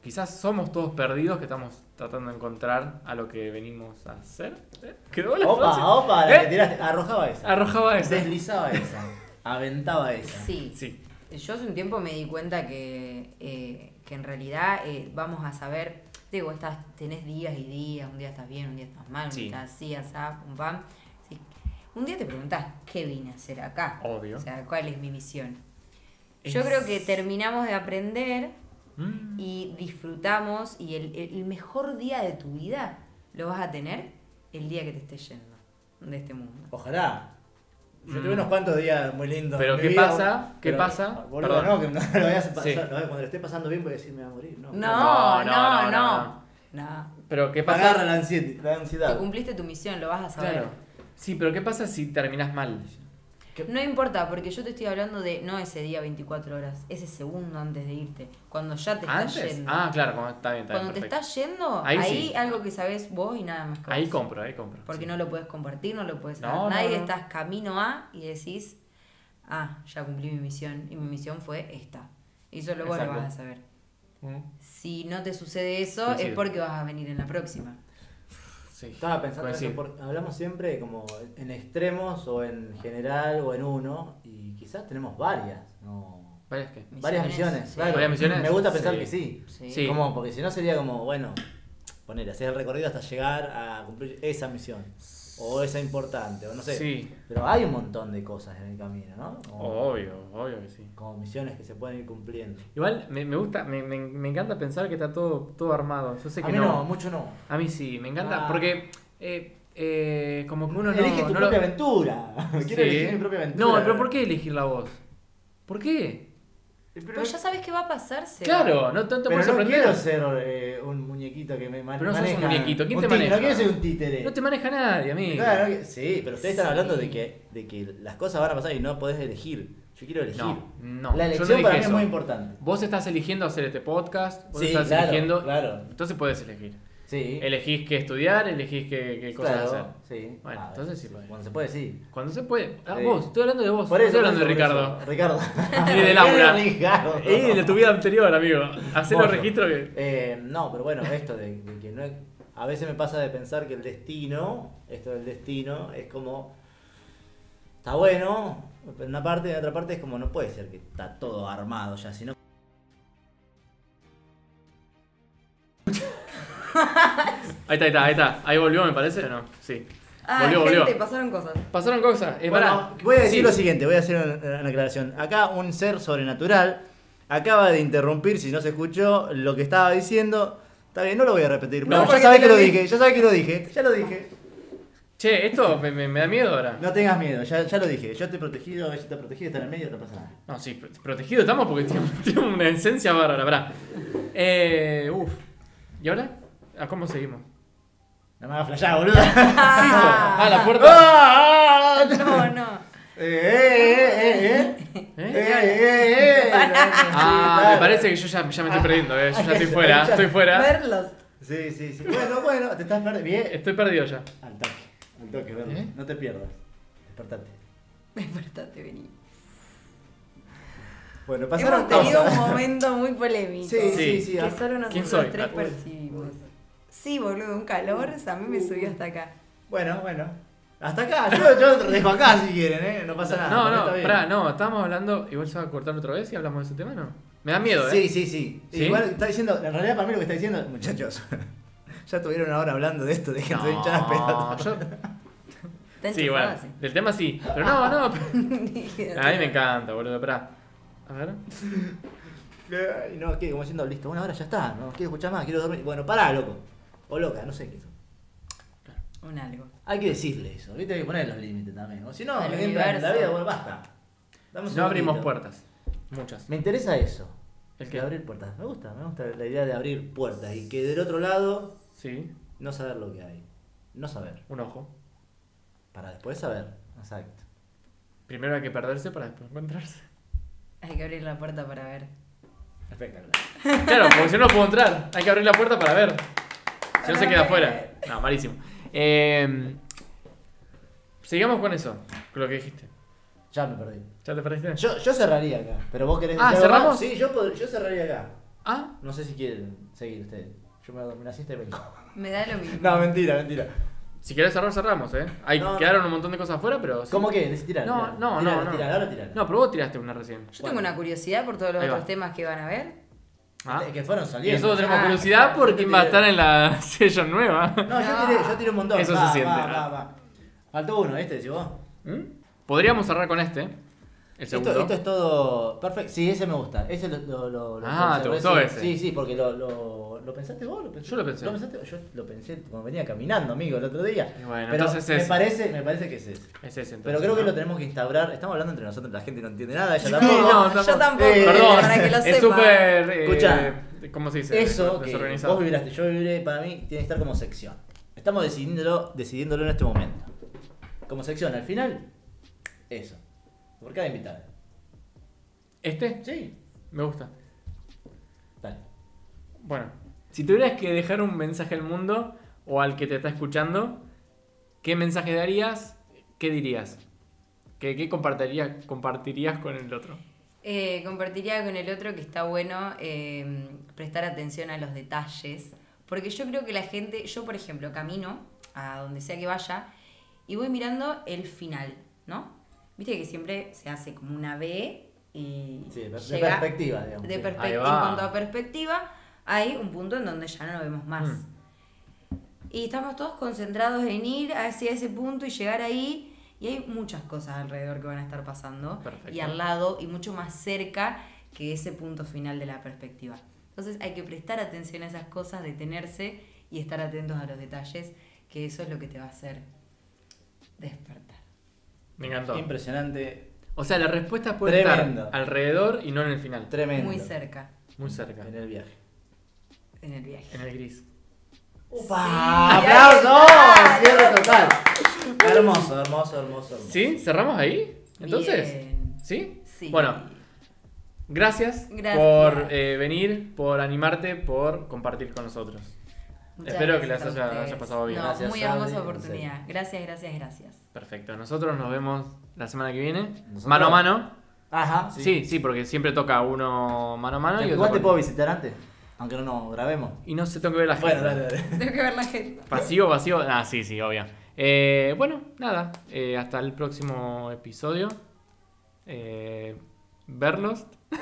quizás somos todos perdidos que estamos tratando de encontrar a lo que venimos a hacer. ¿Eh? ¿Quedó la frase?
Opa, opa, la que
¿Eh?
tiraste. Arrojaba esa.
Arrojaba eso.
Deslizaba esa. Aventaba esa.
Sí.
Sí,
Yo hace un tiempo me di cuenta que, eh, que en realidad eh, vamos a saber, digo, estás, tenés días y días, un día estás bien, un día estás mal,
Sí.
un día estás así, asá, pum pam. Sí. Un día te preguntás, ¿qué vine a hacer acá?
obvio.
O sea, ¿cuál es mi misión? Yo
Es-
creo que terminamos de aprender
Mm.
y disfrutamos y el, el- el mejor día de tu vida lo vas a tener el día que te estés yendo de este mundo.
Ojalá. Yo tuve unos cuantos días muy lindos.
Mm. Pero
en mi
¿qué
vida,
pasa? ¿Qué
pero,
pasa?
boludo,
Perdón.
no, que no lo voy a pasar.
Sí.
no, cuando lo esté pasando bien voy a decir me voy a morir. No.
No, no,
No, no,
no,
no. No.
Pero ¿qué pasa?
Agarra la ansiedad. La
Tú
ansiedad.
cumpliste tu misión, lo vas a saber.
Claro. Sí, pero ¿qué pasa si terminas mal?
No importa, porque yo te estoy hablando de no ese día 24 horas, ese segundo antes de irte, cuando ya te estás
¿Antes?
yendo.
Ah, claro, como- está bien, está bien.
cuando te
perfecto.
estás yendo, ahí,
Ahí sí.
algo que sabes vos y nada más que
Ahí
vos.
compro, ahí compro.
Porque
sí.
no lo puedes compartir, no lo puedes
No,
saber.
no,
Nadie
no.
estás camino a y decís, ah, ya cumplí mi misión y mi misión fue esta. Y solo vos lo
Exacto.
vas a saber.
Mm,
Si no te sucede eso, es
Coincido.
porque vas a venir en la próxima.
Sí.
Estaba pensando en eso
Coincido.
porque hablamos siempre como en extremos o en general o en uno y quizás tenemos varias. No.
Varias que.
Varias misiones.
sí.
claro.
Varias misiones,
Me gusta pensar
sí.
que sí.
Sí.
Sí.
Como, porque si no sería como, bueno, poner, hacer el recorrido hasta llegar a cumplir esa misión. O esa importante, o no sé.
Sí. Oh.
Pero hay un montón de cosas en el camino, ¿no? Como,
Obvio, obvio que sí.
como misiones que se pueden ir cumpliendo.
Igual me, me gusta, me, me- me encanta pensar que está todo, todo armado. Yo sé
a
que
mí no.
no.
mucho no.
A mí sí, me encanta.
Ah.
Porque eh, eh, como que uno no.
Elige tu
no lo-
propia aventura. Quiero
Sí.
elegir mi propia aventura.
No, pero ¿por qué elegir la voz? ¿Por qué?
Pero ya sabes qué va a pasarse.
Claro, no
Pero
tanto por
no
sorprender.
quiero ser eh, un muñequito que me man-
Pero no sos
maneja.
un muñequito, ¿quién
Un
te
títere,
maneja?
No quiero ser un títere.
No te maneja nadie, amigo.
Claro, no que- sí, pero ustedes
Sí.
están hablando de que, de que las cosas van a pasar y no podés elegir. Yo quiero elegir.
No, no,
La
yo no
elección
dije
para mí
eso.
es muy importante.
Vos estás eligiendo hacer este podcast, vos
Sí,
estás
claro,
eligiendo.
claro.
Entonces puedes elegir.
Sí.
Elegís qué estudiar, elegís qué, qué cosas
Claro,
hacer.
sí.
Bueno,
Ah,
entonces sí podés.
Cuando se puede, sí.
Cuando se puede. Ah,
Sí.
vos, estoy hablando de vos.
Por eso,
no estoy hablando de
por eso,
Ricardo.
por eso. Ricardo.
Ni de Laura.
Ricardo.
Eh, de tu vida anterior, amigo. Hacelo
Moyo.
registro que.
Eh, no, pero bueno, esto de, de que no es- a veces me pasa de pensar que el destino, esto del destino, es como está bueno, pero en una parte, en otra parte es como no puede ser que está todo armado ya, sino
Ahí está, ahí está, ahí está. Ahí volvió, me parece, ¿o no? Sí.
Ah,
volvió,
gente,
volvió.
pasaron cosas.
Pasaron cosas. Es
Bueno,
verdad.
voy a decir
Eh, Sí.
lo siguiente, voy a hacer una, una aclaración. Acá un ser sobrenatural acaba de interrumpir, si no se escuchó, lo que estaba diciendo. Está bien, no lo voy a repetir,
No,
pero
porque
ya sabés
te
que
lo
lo
dije.
dije, ya sabés que lo dije, ya lo dije.
Che, esto me, me- me da miedo ahora.
No tengas miedo, ya, ya lo dije. Yo te he protegido, ella te ha protegido, está en el medio, no pasa nada.
No, sí, pro- protegido estamos porque tenemos, tenemos una esencia bárbara, ¿verdad? Eh, uf. ¿Y ahora? ¿A cómo seguimos?
No me hagas flashear, boludo.
Ah, la puerta.
¡Ah!
No, no.
Eh, eh, eh, eh, eh.
¿Eh?
Eh, eh, eh, eh.
Ah, me parece que yo ya, ya me estoy perdiendo, eh. Yo ya estoy fuera, estoy fuera.
Verlos.
Sí, sí, sí. Bueno, bueno, te estás perdiendo. Bien.
Estoy perdido ya.
Al toque, al toque, verlo.
¿Eh?
No te pierdas. Despertate.
Despertate, vení.
Bueno, pasaron
Hemos tenido
cosas.
un momento muy polémico.
Sí, sí,
Sí.
sí.
Que
ah.
solo
¿Quién
nosotros
soy?
tres
Ah,
percibimos. Sí, boludo, un calor. o sea, A mí
Uh.
me subió hasta acá.
Bueno, bueno. Hasta acá. Yo, yo te dejo acá si quieren, ¿eh? No pasa nada.
No,
está
no,
bien.
pará, no, estábamos hablando. Igual se va a cortar otra vez y hablamos de ese tema, ¿no? Me da miedo, eh.
Sí, sí, sí,
¿Sí?
Igual está diciendo, en realidad para mí lo que está diciendo, muchachos, ya tuvieron ahora hablando de esto, dejen de hinchar las
No,
pelotas.
yo,
Está
sí,
enchufada,
bueno, del tema sí, pero no, no, a
sí.
mí me encanta, boludo, pará. A ver,
Ay, no, ¿qué? Como diciendo, listo, una hora ya está, no quiero escuchar más, quiero dormir. Bueno, pará, loco. O loca, no sé qué son.
Un algo.
Hay que decirle eso, ¿viste? Hay que poner los límites también. O si no,
Al
me entra en la
universo.
vida, bueno, basta. Dame un
no abrimos
segundito.
puertas, muchas.
Me interesa eso.
¿El
El
qué?
que abrir puertas. Me gusta, me gusta la idea de abrir puertas y que del otro lado
Sí,
no saber lo que hay. No saber.
un ojo.
Para después saber. Exacto.
Primero hay que perderse para después encontrarse.
Hay que abrir la puerta para ver.
Espectacular.
Claro, porque si no, no puedo entrar. Hay que abrir la puerta para ver. Si no, se queda afuera. No, malísimo. Eh, sigamos con eso, con lo que dijiste.
Ya me perdí.
¿Ya te perdiste?
Yo, yo cerraría acá, pero vos querés.
Ah,
decir algo
¿cerramos?
más? Sí, yo, pod- yo cerraría acá.
Ah,
No sé si quieren seguir ustedes. Yo me voy a dormir una siesta y vengo.
Me da lo mismo.
No, mentira, mentira.
si querés cerrar, cerramos, ¿eh? Hay,
No.
Quedaron un montón de cosas afuera, pero... sí.
¿Cómo que? Decí tirar.
No,
tirar. Tirar,
no, no,
tirar,
no.
ahora tirar.
No, pero vos tiraste una recién.
Yo tengo una curiosidad por todos los
Ahí va.
otros temas que van a ver.
Ah.
Es que fueron
Y
saliendo.
nosotros tenemos
Ah,
curiosidad por
yo te
quién va a
diré.
estar en la sesión nueva.
No, yo tiré, yo tiré un montón.
Eso
Va,
se siente. ah.
Va, va, va. Faltó uno, este, decís vos.
¿Mm? Podríamos cerrar con este. El
Esto,
segundo.
esto es todo perfecto. Sí, ese me gusta. Ese lo, lo, lo- lo
Ah,
conservé,
¿te gustó
sí.
ese?
Sí, sí, porque lo, lo, lo pensaste vos. Lo pensé-
Yo lo pensé.
pensaste? Yo lo pensé cuando venía caminando, amigo, el otro día.
Y bueno,
Pero
entonces
me
es-
parece, me parece que es ese.
Es ese, entonces,
Pero creo que
¿no?
lo tenemos que instaurar. Estamos hablando entre nosotros, la gente no entiende nada. Ella
No,
tampoco.
no,
yo
tampoco.
tampoco,
Eh,
Perdón,
para que lo
es
sepan.
súper. eh,
Escuchá,
¿Cómo se dice?
Eso que
Desorganizado.
vos vibraste, yo vibré, para mí tiene que estar como sección. Estamos decidiéndolo, decidiéndolo en este momento. Como sección, al final, eso. Por cada invitado.
¿Este?
Sí,
Me gusta.
dale.
Bueno, si tuvieras que dejar un mensaje al mundo o al que te está escuchando, ¿qué mensaje darías? ¿Qué dirías? ¿Qué, qué compartirías, compartirías con el otro?
Eh, compartiría con el otro que está bueno eh, prestar atención a los detalles, porque yo creo que la gente, yo por ejemplo camino a donde sea que vaya y voy mirando el final, ¿no? Viste que siempre se hace como una B y
Sí, de per- de
llega-
perspectiva, digamos.
de
sí.
perspectiva.
Ahí
En
va.
cuanto a perspectiva, hay un punto en donde ya no lo vemos más.
Mm.
Y estamos todos concentrados en ir hacia ese punto y llegar ahí. Y hay muchas cosas alrededor que van a estar pasando.
Perfecto.
Y al lado y mucho más cerca que ese punto final de la perspectiva. Entonces hay que prestar atención a esas cosas, detenerse y estar atentos a los detalles, que eso es lo que te va a hacer despertar.
Me encantó.
Impresionante,
O sea, la respuesta puede
Tremendo.
estar alrededor y no en el final.
tremendo.
Muy cerca
Muy cerca.
En el viaje.
en el viaje.
En el gris.
¡Opa!
Sí,
¡Aplausos!
ahí está.
Cierre total. Hermoso, hermoso, hermoso, hermoso.
¿Sí? ¿Cerramos ahí? Entonces.
Bien.
¿Sí?
Sí.
Bueno, gracias,
Gracias.
por eh, venir, por animarte, por compartir con nosotros.
Muchas
Espero que
gracias
las
a
haya-
ustedes.
haya pasado bien.
No,
Gracias,
muy
Adri,
hermosa
en
oportunidad. Gracias, gracias, gracias.
Perfecto. Nosotros nos vemos la semana que viene.
Nosotros-
Mano a mano.
Ajá.
Sí. Ah, sí, porque siempre toca uno mano a mano y
¿Te-
otro.
Igual te
por-
puedo visitar antes, aunque no nos grabemos.
Y no se tengo que ver la gente.
Bueno, dale, dale.
Tengo que ver la gente.
Pasivo, vacío. Ah, sí, sí, obvio. Eh, bueno, nada. eh, hasta el próximo episodio. Eh, Verlos.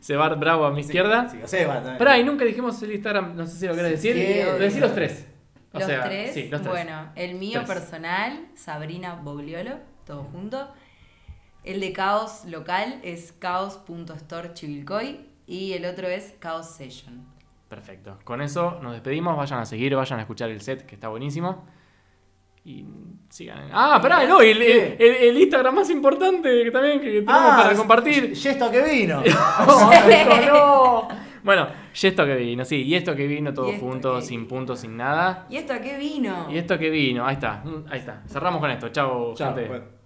Sebar Bravo a mi izquierda.
Sí, Seba también.
Pará, y nunca dijimos el Instagram, no sé si lo querés decir.
sí, obvio.
Decí los tres. O
los,
sea,
tres,
sí, los tres.
Bueno, el mío
Tres.
personal, Sabrina Bogliolo, todo junto. El de Caos local es caos.store chivilcoy. Y el otro es Caos Session.
Perfecto. Con eso nos despedimos. Vayan a seguir, vayan a escuchar el set, que está buenísimo. Y sigan. Ah, pará, no, el, el- el- el Instagram más importante que también que tenemos para
es-
compartir.
Ah, Y esto que vino.
No, hijo, no. Bueno, y esto que vino, sí, y esto que vino todo
Y esto
junto,
que
sin puntos, sin nada.
¿Y esto a qué vino?
Y esto que vino, ahí está, mm, ahí está. Cerramos con esto. Chao,
Chao,
gente.
bueno.